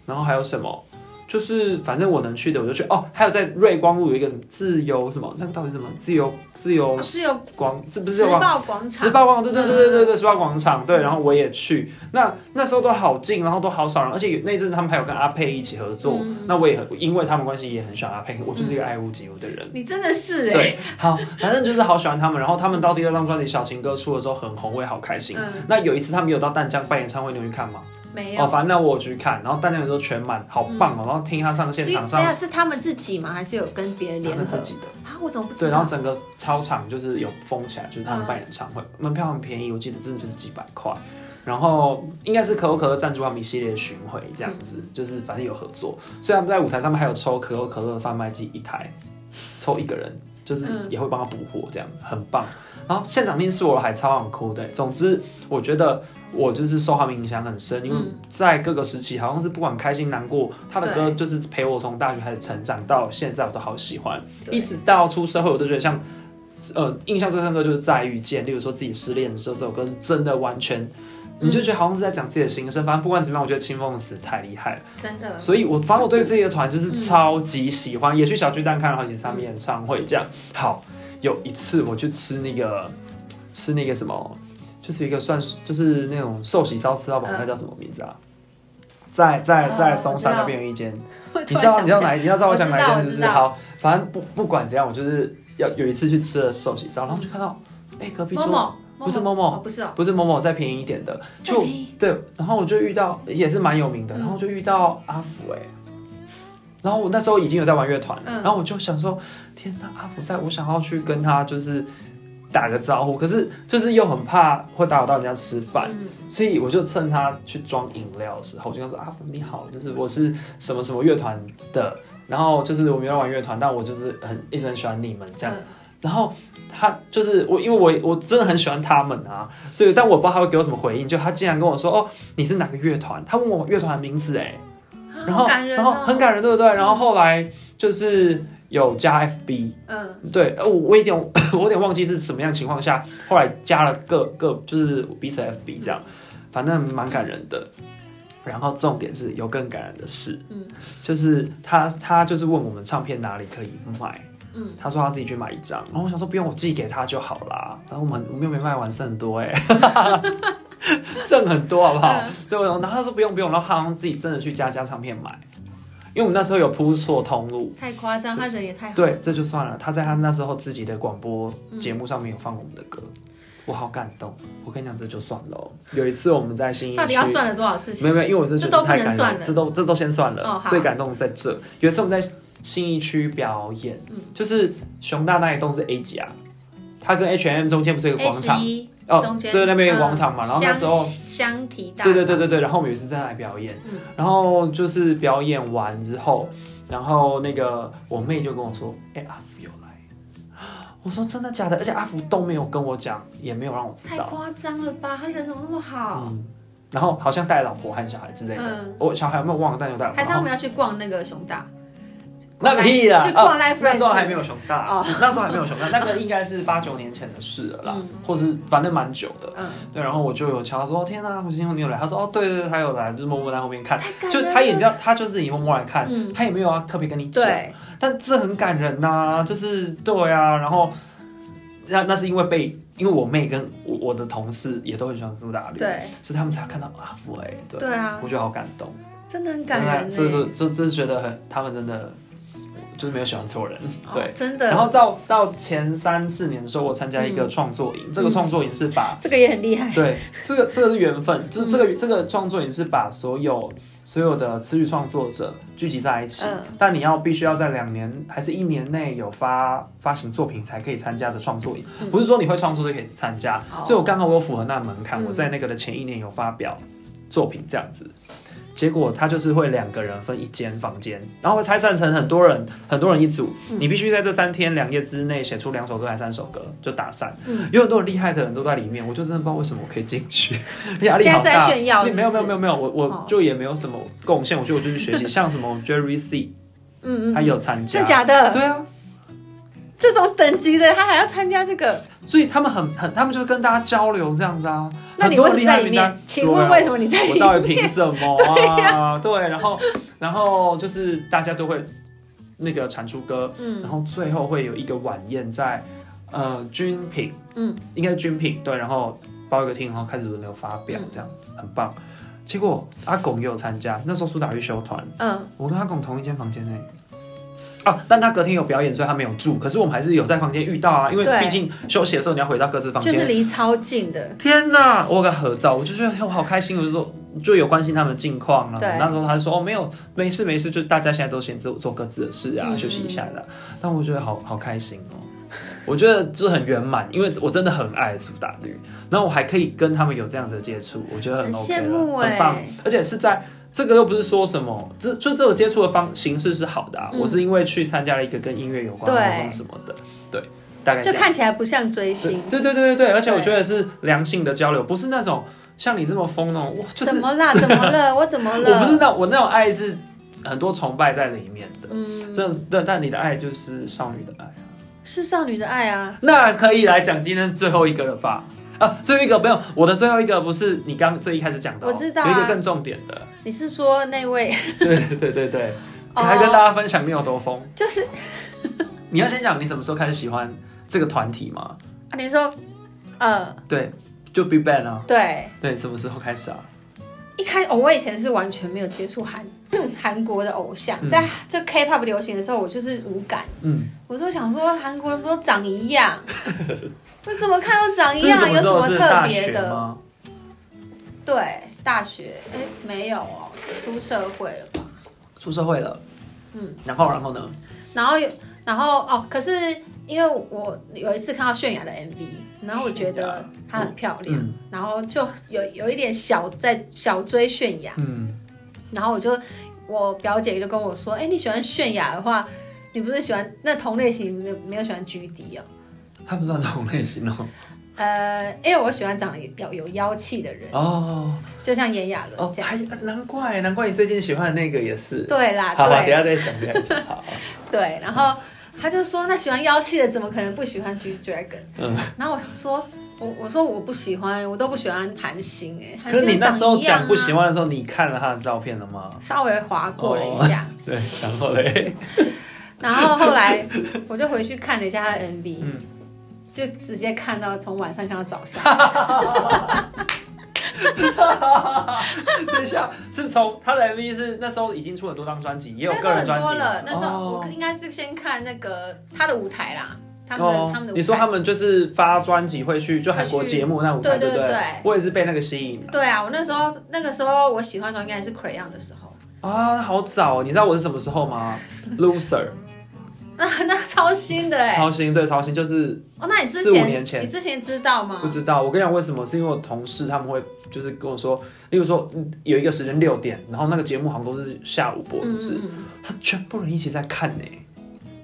S1: 然后还有什么，就是反正我能去的我就去哦，还有在瑞光路有一个什么自由什么，那个到底是什么自由自由
S2: 我哦是有
S1: 光是不是自
S2: 时
S1: 由光？
S2: 报广
S1: 十
S2: 场，嗯
S1: 八广对对对对对对，十八广场对，然后我也去，那那时候都好近，然后都好少人，而且有那一阵他们还有跟阿佩一起合作，
S2: 嗯
S1: 那我也很因为他们关系也很喜欢阿佩，我就是一个爱屋及乌的人。
S2: 你真的是哎、
S1: 对，好，反正就是好喜欢他们。然后他们到第二张专辑《小情歌》出的时候很红，我也好开心。
S2: 嗯
S1: 那有一次他们有到淡江办演唱会，你有去看吗？
S2: 没
S1: 哦，
S2: 有。嗯
S1: 反正那我有去看，然后大家也都全满，好棒哦！然后听他上现
S2: 是
S1: 场
S2: 这
S1: 上
S2: 样是他们自己吗？还是有跟别人
S1: 他
S2: 联
S1: 们
S2: 合
S1: 自己的，
S2: 啊？我怎么不知
S1: 对，然后
S2: 道？
S1: 整个操场就是有封起来，就是他们
S2: 嗯
S1: 办演唱会，门票很便宜，我记得真的就是几百块。然后应该是可口可乐赞助他们一系列的巡回，这样
S2: 嗯
S1: 子，就是反正有合作。虽然在舞台上面还有抽可口可乐的贩卖机一台，抽一个人，就是
S2: 嗯
S1: 也会帮他补货，这样很棒。然后现场听是我还超想哭的、总之，我觉得我就是受他们影响很深，因为
S2: 嗯
S1: 在各个时期，好像是不管开心难过，他的歌
S2: 对
S1: 就是陪我从大学开始成长到现在，我都好喜欢。
S2: 对
S1: 一直到出社会，我都觉得像，呃，印象最深刻就是在遇见，例如说自己失恋的时候，这首歌是真的完
S2: 嗯
S1: 全，你就觉得好像是在讲自己的心声。反正不管怎么样，我觉得清风词太厉害了，
S2: 真的，
S1: 所以我反正我对这个团就是
S2: 嗯
S1: 超级喜欢，也去小巨蛋看了好几次他们演唱会。这样好，有一次我去吃那个吃那个什么，就是一个算是就是那种寿喜烧吃
S2: 嗯
S1: 到饱，那叫什么名字啊？在在在
S2: 哦
S1: 松
S2: 我知
S1: 山那
S2: 道
S1: 边有一间
S2: 我
S1: 你
S2: 突
S1: 知
S2: 然
S1: 道
S2: 想
S1: 你
S2: 不
S1: 知道
S2: 起来
S1: 哪一你知道我想哪一件事
S2: 我
S1: 是
S2: 知道
S1: 好，反正不不管怎样，我就是要有一次去吃了寿喜烧，然后就看到，哎、隔壁
S2: 某
S1: 桌
S2: 某
S1: 不是
S2: 某
S1: Momo
S2: 哦不是哦，
S1: 不是某某再便宜一点的，
S2: 就
S1: 就对，然后我就遇到也是蛮有名的，
S2: 嗯
S1: 然后就遇到阿福哎、然后我那时候已经有在玩乐团了，
S2: 嗯
S1: 然后我就想说，天呐，阿福在，我想要去跟他就是打个招呼，可是就是又很怕会打扰到人家吃饭，
S2: 嗯
S1: 所以我就趁他去装饮料的时候，我就跟他说：“阿福你好，就是我是什么什么乐团的，然后就是我没有玩乐团，但我就是很一直很喜欢你们这样。
S2: 嗯
S1: 然后他就是我，因为我我真的很喜欢他们啊，所以但我不知道他会给我什么回应。就他竟然跟我说：“哦，你是哪个乐团？”他问我乐团的名字、哎，
S2: 啊
S1: 然后、
S2: 好感人
S1: 然后
S2: 哦
S1: 很感人，对不对？然后后来就是有加 FB，
S2: 嗯
S1: 对，呃我我有点 [coughs] 我有点忘记是什么样情况下，后来加了各各就是彼此的 FB 这样，反正蛮感人的。然后重点是有更感人的事，
S2: 嗯
S1: 就是他他就是问我们唱片哪里可以买，
S2: 嗯，
S1: 他说他自己去买一张，然后我想说不用我寄给他就好啦，然后我们我们又没卖完，剩很多
S2: [laughs]
S1: 哎、剩很多好不
S2: 嗯
S1: 好？对，然后他说不用不用，然后他好像自己真的去家家唱片买，因为我们那时候有铺错通路，
S2: 嗯太夸张，他人也太好，
S1: 对，这就算了。他在他那时候自己的广播节目上面有放我们的歌，我好感动。我跟你讲，这就算了哦。有一次我们在新一
S2: 到底
S1: 区
S2: 要。算了多少事情？
S1: 没有没有，因为我是
S2: 这
S1: 觉
S2: 都
S1: 得
S2: 不
S1: 太
S2: 能
S1: 感
S2: 算
S1: 动，
S2: 了
S1: 这都这都先算了。
S2: 哦好
S1: 最感动的在这，有一次我们在信义区表演，
S2: 嗯
S1: 就是熊大那一栋是 A 级啊，它跟 H M 中间不是有个
S2: A
S1: 广
S2: 哎十
S1: 场
S2: 一
S1: 哦
S2: 中，间
S1: 对，那边有个
S2: 嗯
S1: 广场嘛。然后那时候
S2: 香香提大，
S1: 对对对，对对，然后我们有一次在那里表演，
S2: 嗯
S1: 然后就是表演完之后，然后那个我妹就跟我说：“哎、阿福有来。”我说：“真的假的？”而且阿福都没有跟我讲，也没有让我知
S2: 太
S1: 道。
S2: 夸张了吧？他人怎么那么好？
S1: 嗯，然后好像带老婆和小孩之类的，
S2: 嗯
S1: 我小孩有没有忘了，但有带老婆。
S2: 还是
S1: 然
S2: 他
S1: 后
S2: 们要去逛那个熊大？
S1: 那
S2: 逛
S1: 屁啦！
S2: 就逛
S1: 哦
S2: Life
S1: 那时候
S2: Friends
S1: 还没有熊大，
S2: 哦
S1: 那时候还没有熊大，那个应该是八九年前的事了啦，
S2: 嗯
S1: 或是反正蛮久的。
S2: 嗯，
S1: 对，然后我就有敲他说：“天哪、我今天你有来？”他说：“哦，对对对，他有来，就是默默在后面看。”
S2: 太感
S1: 就
S2: 人了
S1: 他也知道，他就是你默默来看，
S2: 嗯
S1: 他也没有要特别跟你讲，
S2: 对，
S1: 但这很感人呐、就是对啊，然后那那是因为被因为我妹跟我我的同事也都很喜欢苏打绿，，
S2: 对
S1: 所以他们才看到阿福哎、对，
S2: 对啊，
S1: 我觉得好感动，
S2: 真的很感人
S1: 对
S2: 欸
S1: 所以说就就是觉得很他们真的就是没有喜欢错人，
S2: 哦
S1: 对。
S2: 真的。
S1: 然后到到前三四年的时候，我参加一
S2: 嗯
S1: 个创作营，这个创作营是把
S2: 这个也很厉害，嗯
S1: 对，这个这个是缘分，就是这个、这个创作也是把所有所有的词语创作者聚集在一起，
S2: 嗯
S1: 但你要必须要在两年还是一年内有发发行作品才可以参加的创作营，
S2: 嗯
S1: 不是说你会创作就可以参加。
S2: 哦
S1: 所以我刚好我有符合那门槛，
S2: 嗯
S1: 我在那个的前一年有发表作品这样子。结果他就是会两个人分一间房间，然后会拆散成很多人，很多人一组。
S2: 嗯
S1: 你必须在这三天两夜之内写出两首歌还是三首歌，就打散。
S2: 嗯
S1: 有很多很厉害的人都在里面，我就真的不知道为什么我可以进
S2: [laughs]
S1: 去，压力
S2: 现
S1: 好
S2: 在是在
S1: 大。
S2: 炫耀是不
S1: 没有没有
S2: 是
S1: 没有没有，我我
S2: 哦
S1: 就也没有什么贡献，我觉得我就去学习，像什么 Jerry C，
S2: 嗯嗯，
S1: 他有参加，
S2: 真假的？
S1: 对啊，
S2: 这种等级的他还要参加这个，
S1: 所以他们很很，他们就跟大家交流这样子啊。
S2: 那你为
S1: 很多
S2: 什么
S1: 厉害
S2: 在
S1: 的
S2: 里
S1: 名单
S2: 面？请问为什么你在
S1: 我
S2: 里
S1: 到底
S2: 面？
S1: 凭什
S2: [laughs]
S1: 么啊？对，然后然后就是大家都会那个产出歌，然
S2: 嗯
S1: 后最后会有一个晚宴在呃军品，
S2: 嗯，
S1: 应该是军品对，然后包一个厅，然后开始轮流发表
S2: 嗯，
S1: 这样、很棒。结果阿拱也有参加，那时候苏打绿休团，
S2: 嗯，
S1: 我跟阿拱同一间房间内。啊，但他隔天有表演，所以他没有住。可是我们还是有在房间遇到啊，因为
S2: 对
S1: 毕竟休息的时候你要回到各自房
S2: 就
S1: 间
S2: 是离超近的，
S1: 天呐，我有个合照，我就觉得我好开心，我就说就有关心他们的近况啊。
S2: 对
S1: 那时候他说哦没有没事没事，就大家现在都先自我做各自的事啊，
S2: 嗯
S1: 休息一下的。但我觉得好好开心哦，我觉得就很圆满，因为我真的很爱苏打绿，然后我还可以跟他们有这样子的接触，我觉得
S2: 很
S1: OK 了，
S2: 羡慕
S1: 很棒
S2: 欸，
S1: 而且是在。这个又不是说什么，这就这种接触的方形式是好的、啊。
S2: 嗯
S1: 我是因为去参加了一个跟音乐有关的活
S2: 对
S1: 动什么的，对，大概这
S2: 就
S1: 样。
S2: 看起来不像追星，
S1: 对对对对对，而且我
S2: 对
S1: 觉得是良性的交流，不是那种像你这么疯那种，哇，就是
S2: 怎么
S1: [laughs]
S2: 啦？怎么了？我怎么
S1: 我
S2: 了？
S1: 不是那我那种爱是很多崇拜在里面的，
S2: 嗯，
S1: 这但但你的爱就是少女的爱，
S2: 是少女的爱啊，
S1: 那可以来讲今天最后一个了吧？啊，最后一个没有，我的最后一个不是你刚最一开始讲的哦、
S2: 我知道啊
S1: 有一个更重点的，
S2: 你是说那位？ [laughs]
S1: 对对对对，
S2: 哦
S1: 还跟大家分享你有多疯。
S2: 就是
S1: 你要先讲你什么时候开始喜欢这个团体吗？
S2: 啊，你说，呃，
S1: 对，就 Big Bang 啊，
S2: 对，
S1: 对，什么时候开始啊？
S2: 一开哦，我以前是完全没有接触韩 [coughs] 韩国的偶像，
S1: 嗯
S2: 在这 K-pop 流行的时候，我就是无感，
S1: 嗯，
S2: 我都想说韩国人不都长一样， [laughs] 我怎么看都长一样，
S1: 这是
S2: 哎有
S1: 什
S2: 什
S1: 么
S2: 么
S1: 时候是
S2: 特
S1: 大
S2: 别
S1: 学
S2: 的？
S1: 吗？
S2: 对，大学哎没有哦，出社会了吧？
S1: 出社会了，
S2: 嗯，
S1: 然后然后呢？
S2: 然后有然后哦，可是因为我有一次看到泫雅的 MV，然后我觉
S1: 泫
S2: 得
S1: 雅
S2: 她很漂亮，
S1: 嗯
S2: 然后就有有一点小在小追泫雅。
S1: 嗯，
S2: 然后我就我表姐就跟我说，哎、你喜欢泫雅的话，你不是喜欢那同类型的没有喜欢 G D 哦？
S1: 他们算同类型哦。
S2: 呃，因为我喜欢长得比较有妖气的人，
S1: 哦
S2: 就像炎亚纶
S1: 哦，
S2: 这样。
S1: 还难怪难怪你最近喜欢的那个也是。
S2: 对啦，
S1: [laughs] 好好，等一
S2: 对
S1: 下再讲，等一下再讲。
S2: [laughs]
S1: 好，好
S2: 对，然后他就说，那喜欢妖气的怎么可能不喜欢 G Dragon？
S1: 嗯，
S2: 然后我想说，我我说我不喜欢，我都不喜欢韩星哎、韩
S1: 可是你
S2: 星
S1: 那时候
S2: 长一样
S1: 讲
S2: 啊
S1: 不喜欢的时候，你看了他的照片了吗？
S2: 稍微划过了一下，
S1: 对，然后
S2: [laughs]
S1: 嘞，
S2: 然后后来我就回去看了一下他的 MV，、
S1: 嗯
S2: 就直接看到从晚上看到早上。
S1: [laughs] 等一下是从他的 MV 是那时候已经出很多张专辑，也有
S2: 那时
S1: 个
S2: 候
S1: 人
S2: 很
S1: 专辑
S2: 多
S1: 吗。
S2: 了，那时候
S1: 哦
S2: 我应该是先看那个他的舞台啦，他们的、他们的舞台。
S1: 哦你说他们就是发专辑会去就韩国
S2: 会去
S1: 节目那舞台，
S2: 对
S1: 不
S2: 对对
S1: 我也是被那个吸引的
S2: 对啊，我那时候那个时候我喜欢的应该是 Crayon 的时候， [laughs]
S1: 啊，好早哦！你知道我是什么时候吗？Loser，
S2: 那那超新的哎、
S1: 超新对超新就是
S2: 哦，那你之
S1: 四五
S2: 前
S1: 年前
S2: 你之前知道
S1: 不
S2: 吗？
S1: 知道。我跟你讲为什么？是因为我同事他们会就是跟我说，例如说嗯有一个时间六点，然后那个节目好像都是下午播，是不是？
S2: 嗯嗯
S1: 他全部人一起在看呢、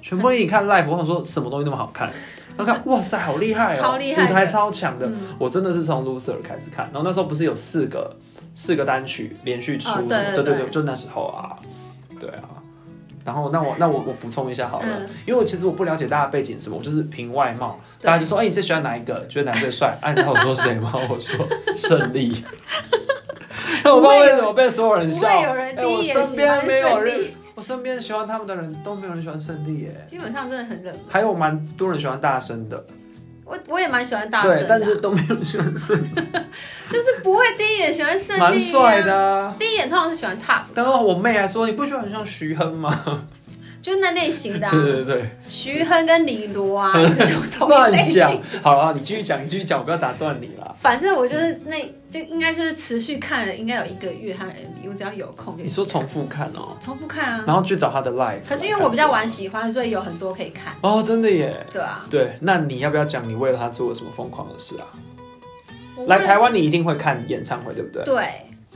S1: 全部人一起看 live，我想说什么东西那么好
S2: [laughs]
S1: 看？然后看哇塞，好厉害哦、
S2: 超厉害的
S1: 舞台超强的。
S2: 嗯
S1: 我真的是从 Loser 开始看，然后那时候不是有四个四个单曲连续出什
S2: 哦
S1: 么、
S2: 对
S1: 对
S2: 对对
S1: 对，就那时候啊，对啊。然后那我那我我补充一下好了，
S2: 嗯
S1: 因为我其实我不了解大家背景什么，我就是凭外貌，
S2: 对
S1: 大家就说哎、你最喜欢哪一个？觉得哪个最帅？ [laughs] 哎、你知道我说谁吗？我说胜
S2: [laughs]
S1: 利。那我不知道为什么被所有人
S2: 不
S1: 笑。
S2: 会有人
S1: 哎
S2: 第一
S1: 我
S2: 眼
S1: 身
S2: 喜
S1: 边
S2: 欢
S1: 没有
S2: 胜
S1: 人
S2: 利，
S1: 我身边喜欢他们的人都没有人喜欢胜利耶，
S2: 基本上真的很冷门。
S1: 还有蛮多人喜欢大声的，
S2: 我我也蛮喜欢大
S1: 对
S2: 神，的啊、
S1: 但是都没有人喜欢胜利，
S2: 就是不会第一眼喜欢胜利、啊，
S1: 蛮帅的、啊。
S2: 第一眼通常是喜欢 Top，
S1: 然后我妹还说你不喜欢像徐亨吗？
S2: 就是那类型的、
S1: [laughs]
S2: 啊，
S1: 对对对，
S2: 徐亨跟李
S1: [laughs]
S2: 罗啊，这种同一
S1: 乱
S2: 类型
S1: 讲。好了，你继续讲，你继续讲，我不要打断你啦。
S2: 反正我就是那就应该就是持续看了，应该有一个月和 MV，我只要有空就
S1: 你说重复看哦，
S2: 重复看啊。
S1: 然后去找他的 live。
S2: 可是因为我比较晚喜欢，所以有很多可以看。
S1: 哦，真的耶。
S2: 对啊，
S1: 对，那你要不要讲你为了他做了什么疯狂的事啊？
S2: 我
S1: 来
S2: 为了
S1: 台湾你一定会看演唱会，对不对？
S2: 对，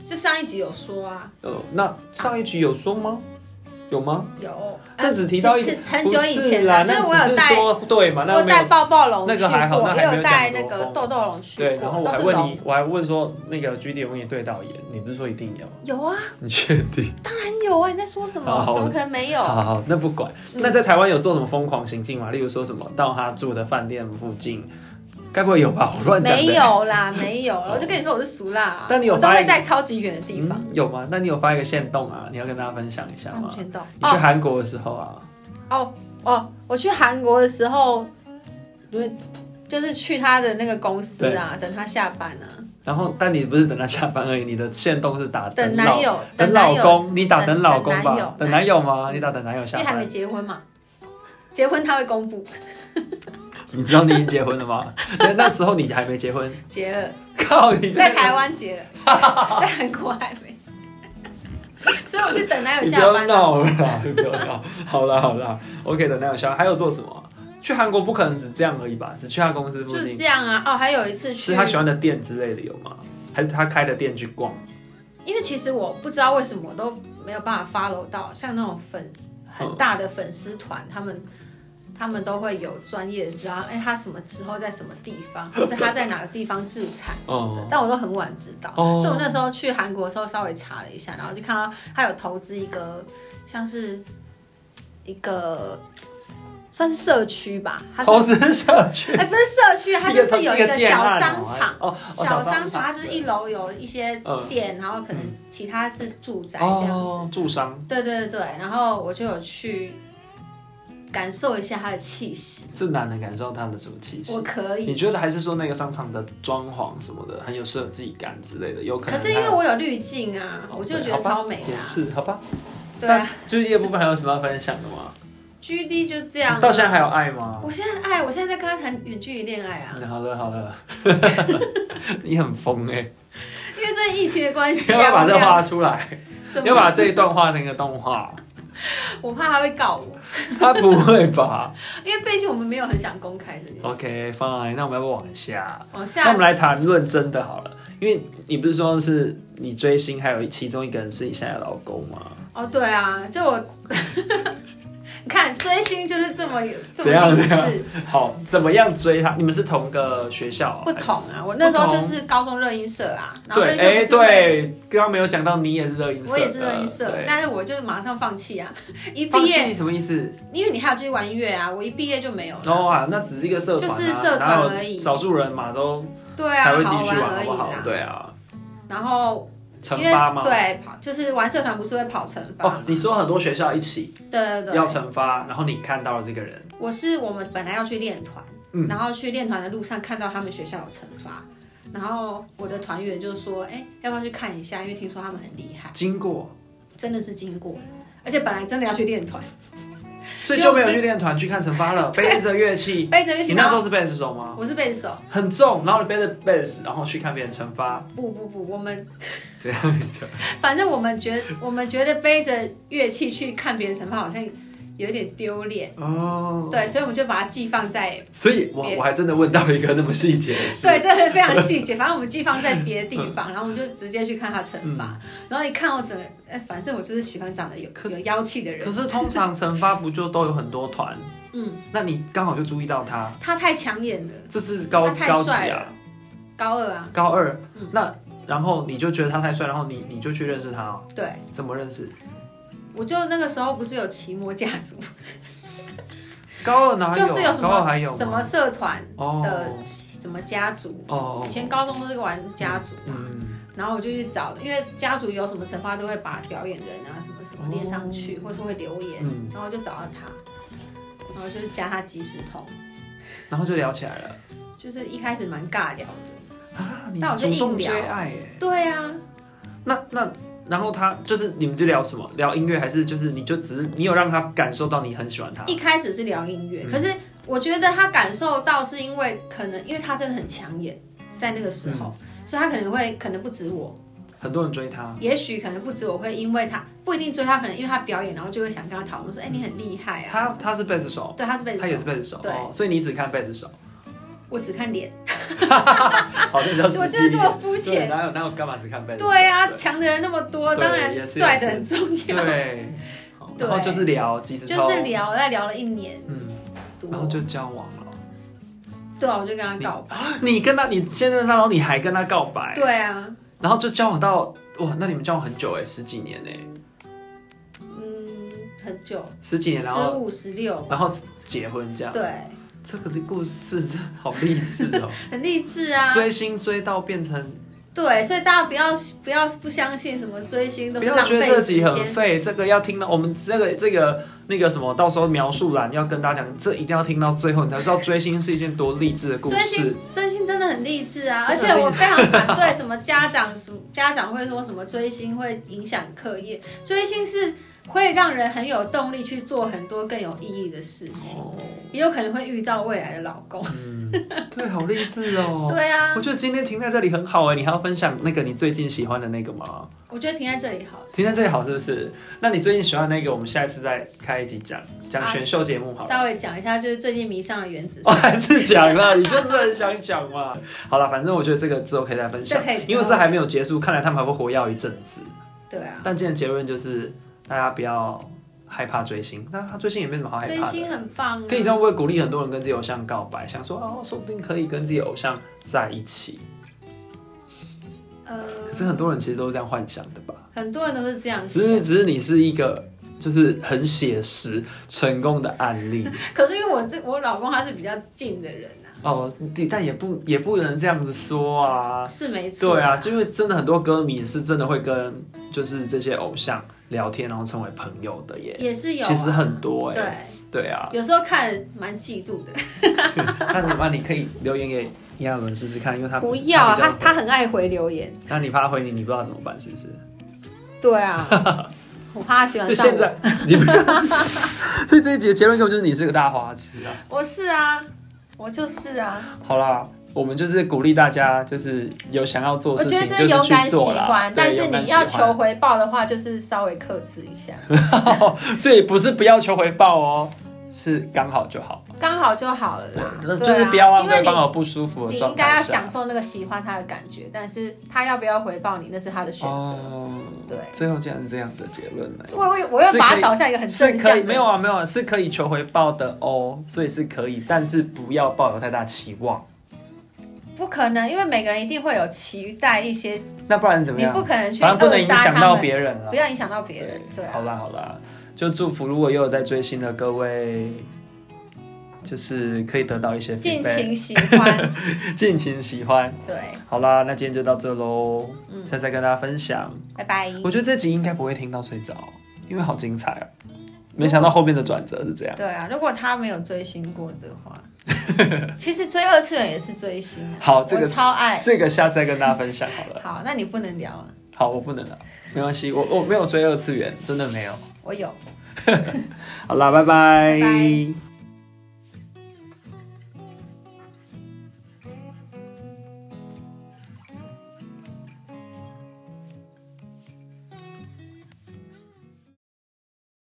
S2: 就上一集有说啊，
S1: 呃，那上一集有说吗？有吗？
S2: 呃有。
S1: 但只提到一
S2: 是是很
S1: 不
S2: 久以前
S1: 是啦，
S2: 啦，就是我
S1: 那
S2: 有
S1: 只是
S2: 带。
S1: 说对嘛，
S2: 我
S1: 那
S2: 有
S1: 没有
S2: 带抱抱龙
S1: 那
S2: 去
S1: 个还好
S2: 过，
S1: 那
S2: 也
S1: 还没有
S2: 有带
S1: 讲
S2: 那
S1: 多
S2: 个
S1: 疯
S2: 豆豆龙去
S1: 对。
S2: 过，
S1: 然后我
S2: 都
S1: 还
S2: 是
S1: 问
S2: 龙。
S1: 你，我还问说那个 G D 永远对到眼，你不是说一定有？
S2: 有啊，
S1: [laughs] 你确
S2: [laughs]
S1: 定？
S2: 当然有啊，你在说什么
S1: 好？
S2: 怎么可能没有？
S1: 好好好，那不管。
S2: 嗯
S1: 那在台湾有做什么疯狂行径吗？例如说什么到他住的饭店附近，该不会有吧？我乱讲的。
S2: 没。有
S1: [laughs]
S2: 啦，没有。我就跟你说我是俗辣啊，
S1: 但你有
S2: 我都
S1: 发
S2: 会
S1: 现
S2: 在超级远的地方
S1: 嗯。，有吗？那你有发一个线动啊？你要跟大家分享一下
S2: 安
S1: 吗？
S2: 全岛
S1: 你去
S2: 哦
S1: 韩国的时候啊，
S2: 哦哦，我去韩国的时候，就是就是去他的那个公司啊，等他下班啊，
S1: 然后但你不是等他下班而已，你的线动是打
S2: 等
S1: 老
S2: 男友，
S1: 等
S2: 男
S1: 老
S2: 友，
S1: 公，你打
S2: 等
S1: 等老公
S2: 等男
S1: 吧
S2: 友，
S1: 等男友吗？你打等男友
S2: 因
S1: 下
S2: 为还没
S1: 班。
S2: 结婚嘛，结婚他会公布。
S1: 你知道你已经结婚了吗？ [laughs] 那那时候你还没结婚，
S2: 结了，
S1: [laughs] 靠你！
S2: 在台湾结
S1: [laughs]
S2: 了，在韩国还没。所以我去等男友
S1: 你
S2: 下
S1: 不要
S2: 班啊。
S1: 闹了 [laughs] 啦，你不要闹。好啦好啦，OK 的，那有效。还有做什么啊？去韩国不可能只这样而已吧？只去他公司附
S2: 就
S1: 近
S2: 这样啊，哦，还有一次
S1: 吃
S2: 去，
S1: 他喜欢的店之类的有吗？还是他开的店去逛？
S2: 因为其实我不知道为什么我都没有办法 follow 到，像那种粉很大的粉丝团，他们他们都会有专业的知道，哎、他什么时候在什么地
S1: [laughs]
S2: 方，或是他在哪个地方自产什么的，
S1: 哦
S2: 但我都很晚知道，
S1: 哦
S2: 所以我那时候去韩国的时候稍微查了一下，然后就看到他有投资一个像是一个算是社区吧，他是
S1: 投资社区。
S2: 哎、不是社区，它就是有一个
S1: 建
S2: 小
S1: 案
S2: 商
S1: 哦
S2: 场。
S1: 哦，哦
S2: 小商
S1: 商嗯
S2: 场，它就是一楼有一些店，然后可能其他是住宅这样子。
S1: 哦，住商，
S2: 对对对，然后我就有去感受一下它的气息，
S1: 这哪能感受到他的什么气息
S2: 我？可以。
S1: 你觉得还是说那个商场的装潢什么的很有设计感之类的，有可
S2: 可
S1: 能还
S2: 是
S1: 有。
S2: 因为我有滤镜啊，我就觉得超美
S1: 也
S2: 啊。
S1: 是，好吧。
S2: 对啊
S1: 就业部分还有什么要分享的吗？
S2: ，GD 就这样啊。
S1: 到现在还有爱吗？
S2: 我现在哎，我现在在跟他谈远距离恋爱啊，
S1: 好了好
S2: [laughs]
S1: 了，你很疯哎、
S2: 因为这疫情的关
S1: [laughs]
S2: 系
S1: 你要不
S2: 啊，
S1: 要把
S2: 我
S1: 这
S2: 们俩
S1: 画出来，
S2: 什
S1: 要
S2: 么？
S1: 把这一段画成一个动
S2: [laughs]
S1: 画。
S2: 我怕他会告我，
S1: 他不会吧
S2: 因为毕竟我们没有很想公开这件事。
S1: ？OK fine，那我们要不要往下？
S2: 往
S1: 那我
S2: 下
S1: 们来谈论真的好了，因为你不是说是你追星，还有其中一个人是你现在的老公吗？
S2: 哦，对啊，就我， [laughs] 你看追星就是这么有这
S1: 怎样
S2: 么励志，
S1: 好，怎么样追他？你们是同个学校、
S2: 不同。啊。我那时候就是高中热音社啊，然后
S1: 对，
S2: 那
S1: 哎、
S2: 时候不是被
S1: 对，刚刚没有讲到，你也是热音社的，
S2: 我也是热音社
S1: 对，
S2: 但是我就马上放弃啊！一
S1: 放
S2: 毕业，
S1: 弃什么意思？
S2: 因为你还有继续玩音乐啊，我一毕业就没有
S1: 然后
S2: 了。
S1: 啊，那只是一个社团、啊，
S2: 就是社团
S1: 哪有
S2: 而已
S1: 少数人嘛，都
S2: 对啊，
S1: 才会继
S2: 好
S1: 续
S2: 玩
S1: 玩，
S2: 而
S1: 好
S2: 已
S1: 不好？
S2: 啦。
S1: 对啊，
S2: 然后
S1: 惩
S2: 因为
S1: 罚嘛。
S2: 对跑就是玩社团不是会跑惩罚
S1: 哦
S2: 吗，？
S1: 你说很多学校一起
S2: 对对
S1: 要
S2: 对，
S1: 惩罚，然后你看到了这个人，
S2: 我是我们本来要去练团，
S1: 嗯
S2: 然后去练团的路上看到他们学校有惩罚，然后我的团员就说：“哎、要不要去看一下？因为听说他们很厉害。
S1: 经过，”
S2: 真的是经过，而且本来真的要去练团，
S1: 所以就没有去练团去看惩罚了，背着乐
S2: [laughs]
S1: 器。
S2: 背着一起。
S1: 你那
S2: 然
S1: 时
S2: 后
S1: 候是贝斯手吗？
S2: 我是背着手，
S1: 很重，然后你背着贝斯，然后去看别人惩罚，
S2: 不不不，我们
S1: 这样你就
S2: 反正我们觉我们觉得背着乐器去看别人惩罚好像有点丢脸，
S1: 哦。
S2: 对，所以我们就把它寄放在。
S1: 所以我我还真的问到一个那么细节的事，
S2: 对，这是非常细节。反正我们寄放在别的地方，然后我们就直接去看他惩罚。然后一看我整个，哎，反正我就是喜欢长得有有妖气的人
S1: 嗯可。是通常惩罚不就都有很多团？
S2: 嗯，
S1: 那你刚好就注意到他，
S2: 他太抢眼了，
S1: 这是高
S2: 他太
S1: 高级
S2: 帅
S1: 啊
S2: 了，，高二啊，
S1: 高二，
S2: 嗯
S1: 那然后你就觉得他太帅，然后你你就去认识他、哦，
S2: 对，
S1: 怎么认识？
S2: 我就那个时候不是有奇摩家族，
S1: 高二哪有？
S2: 就是有什
S1: 高二还
S2: 么
S1: 有吗
S2: 什么社团
S1: 哦
S2: 的什么家族，
S1: 哦
S2: 以，前高中都是玩家族嘛，
S1: 嗯，
S2: 然后我就去找，因为家族有什么惩罚都会把表演人啊什么
S1: 哦
S2: 什么列上去，或是会留言
S1: 嗯，
S2: 然后我就找到他，然后就加他即时通，
S1: 然后就聊起来了
S2: 就是一开始蛮尬聊的，
S1: 啊，你
S2: 但我就
S1: 主动
S2: 硬聊
S1: 追爱耶，
S2: 对啊，
S1: 那那。然后他就是你们就聊什么？聊音乐还是就是你就只是你有让他感受到你很喜欢他？
S2: 一开始是聊音乐，
S1: 嗯
S2: 可是我觉得他感受到是因为可能因为他真的很抢眼，在那个时候，
S1: 嗯
S2: 所以他可能会可能不止我，
S1: 很多人追他，
S2: 也许可能不止我会因为他不一定追他，可能因为他表演，然后就会想跟他讨论说，哎、你很厉害啊。
S1: 他他是贝斯手，
S2: 对，他是
S1: 嗯
S2: 被
S1: 他也是贝斯手，
S2: 对
S1: 哦，所以你只看贝斯手，
S2: 我只看脸，
S1: 好，这叫实际
S2: [laughs] 我就是这么肤
S1: 对
S2: 浅。
S1: 哪有哪有干嘛只看贝斯手？
S2: 对啊，强的人那么多，
S1: 对
S2: 当
S1: 也
S2: 然
S1: 是
S2: 帅的很重 [laughs] 要。
S1: [laughs] 对，好
S2: 对
S1: 然后就是聊即时通，
S2: 就是聊，再聊了一年
S1: 嗯，
S2: 多
S1: 然，后就交往了。
S2: 对啊，我就跟他告白。
S1: 你跟他，你现在上，然后你还跟他告白，，
S2: 对啊，
S1: 然后就交往到哇，那你们交往很久哎，十几年哎，
S2: 嗯，很久，
S1: 十几年，然
S2: 十
S1: 后
S2: 五十六，
S1: 然后结婚这样，哦
S2: 对，
S1: 这个故事真的好励
S2: [laughs]
S1: 志哦，
S2: 很励志啊。
S1: 追星追到变成，
S2: 对，所以大家不要不要不相信什么追星都
S1: 不
S2: 是
S1: 要
S2: 浪
S1: 觉得
S2: 费
S1: 这
S2: 时
S1: 集
S2: 间。
S1: 很废，这个要听到我们这个这个那个什么，到时候描述栏要跟大家讲，这一定要听到最后，你才知道追星是一件多励志的故
S2: 追
S1: 事
S2: 星。追星真的很励志啊，而
S1: 真
S2: 且
S1: 的很
S2: 我非常反对什么家长什么家长会说什么追星会影响课业，追星是会让人很有动力去做很多更有意义的事情，
S1: 哦，
S2: 也有可能会遇到未来的老公。
S1: 嗯，对，好励志哦。
S2: 对啊
S1: 我，觉得今天停在这里很好哎，你还要分享那个你最近喜欢的那个吗？
S2: 我觉得停在这里好了，
S1: 停在这里好是不是？那你最近喜欢的那个，我们下一次再开一集讲讲选秀节目好了。哦
S2: 稍微讲一下，就是最近迷上了原子
S1: 我
S2: 少
S1: 还是讲了，你就是很想讲嘛。好了，反正我觉得这个之后可以再分享
S2: 这可以之，后
S1: 因为这还没有结束，看来他们还会活跃一阵子。
S2: 对啊，
S1: 但今天的结论就是，大家不要害怕追星，但他追星也没什么好害
S2: 追
S1: 怕的。
S2: 星很棒啊
S1: 可。以这样会不会鼓励很多人跟自己偶像告白，想说哦，说不定可以跟自己偶像在一起。
S2: 呃，
S1: 可是很多人其实都是这样幻想的吧？
S2: 很多人都是这样
S1: 只是
S2: 想。
S1: 只是你是一个就是很写实成功的案例
S2: 可是因为我这我老公他是比较近的人啊，
S1: [laughs] 哦，你但也不也不能这样子说啊。
S2: 是没错。
S1: 对啊，就因为真的很多歌迷是真的会跟就是这些偶像聊天，然后成为朋友的耶。
S2: 也是有啊。
S1: 其实很多哎、
S2: 对，
S1: 对啊，
S2: 有时候看蛮嫉妒的。
S1: 那你那你可以留言给炎亚纶试试看，因为他
S2: 不要啊，
S1: 比较
S2: 他他很爱回留言。
S1: 那你怕他回你，你不知道怎么办，是不是？
S2: 对
S1: [laughs]
S2: 啊，我怕他喜
S1: 就
S2: 欢上我。
S1: 现在，你不要 [laughs] 所以这一集的结论根本就是你是个大花痴啊！
S2: 我是啊，我就是啊，
S1: 好啦，我们就是鼓励大家，就是有想要做
S2: 我
S1: 的事
S2: 觉得
S1: 情就
S2: 这
S1: 是是
S2: 勇敢
S1: 去
S2: 喜
S1: 做啦
S2: 欢，，但
S1: 对，
S2: 是
S1: 勇敢
S2: 你
S1: 喜
S2: 要
S1: 欢
S2: 求，回报的话，就是稍微克制一下，
S1: 所以不是不要求回报哦，是刚好就好，
S2: 刚好就好了啦。
S1: 那就
S2: 对
S1: 是
S2: 啊
S1: 不要让
S2: 因为
S1: 对
S2: 你
S1: 方有不舒服的
S2: 你
S1: 状
S2: 应该
S1: 态
S2: 要
S1: 下
S2: 享。受那个喜欢他的感觉，但是他要不要回报你，那是他的选择。
S1: 哦，
S2: 对
S1: 最后竟然是这样子的结论呢。
S2: 我我我又
S1: 是
S2: 把
S1: 可以
S2: 它导向一个很
S1: 是
S2: 正向
S1: 可以，
S2: 的，
S1: 没有啊，没有啊，是可以求回报的哦，所以是可以，但是不要抱有太大期望，
S2: 不可能，因为每个人一定会有期待一些，
S1: 那不然怎么
S2: 你
S1: 样
S2: 不？可能去
S1: 反正不能
S2: 扼
S1: 影
S2: 杀
S1: 响
S2: 他
S1: 到
S2: 们，
S1: 别人啊
S2: 不。要影响到别
S1: 对
S2: 人，对啊
S1: 好，啦好啦，就祝福如果也有在追星的各位，就是可以得到一些
S2: 尽
S1: feedback
S2: 情喜欢，
S1: 尽情喜欢。
S2: [laughs] 对，
S1: 好啦，那今天就到这喽，
S2: 嗯
S1: 下次再跟大家分享。
S2: 拜
S1: [laughs]
S2: 拜。
S1: 我觉得这集应该不会听到睡着，因为好精彩哦、
S2: 嗯
S1: 没想到后面的转折是这样。
S2: 对啊，如果他没有追星过的
S1: [laughs]
S2: 话，其实追二次元也是追星啊。
S1: 好这个
S2: 我超爱。
S1: 这个下次再跟大家分享好
S2: [laughs]
S1: 了。
S2: 好，那你不能聊啊，
S1: 好，我不能了，没关系，我我没有追二次元，真的没有。
S2: 我有。
S1: 好啦，拜拜
S2: 拜拜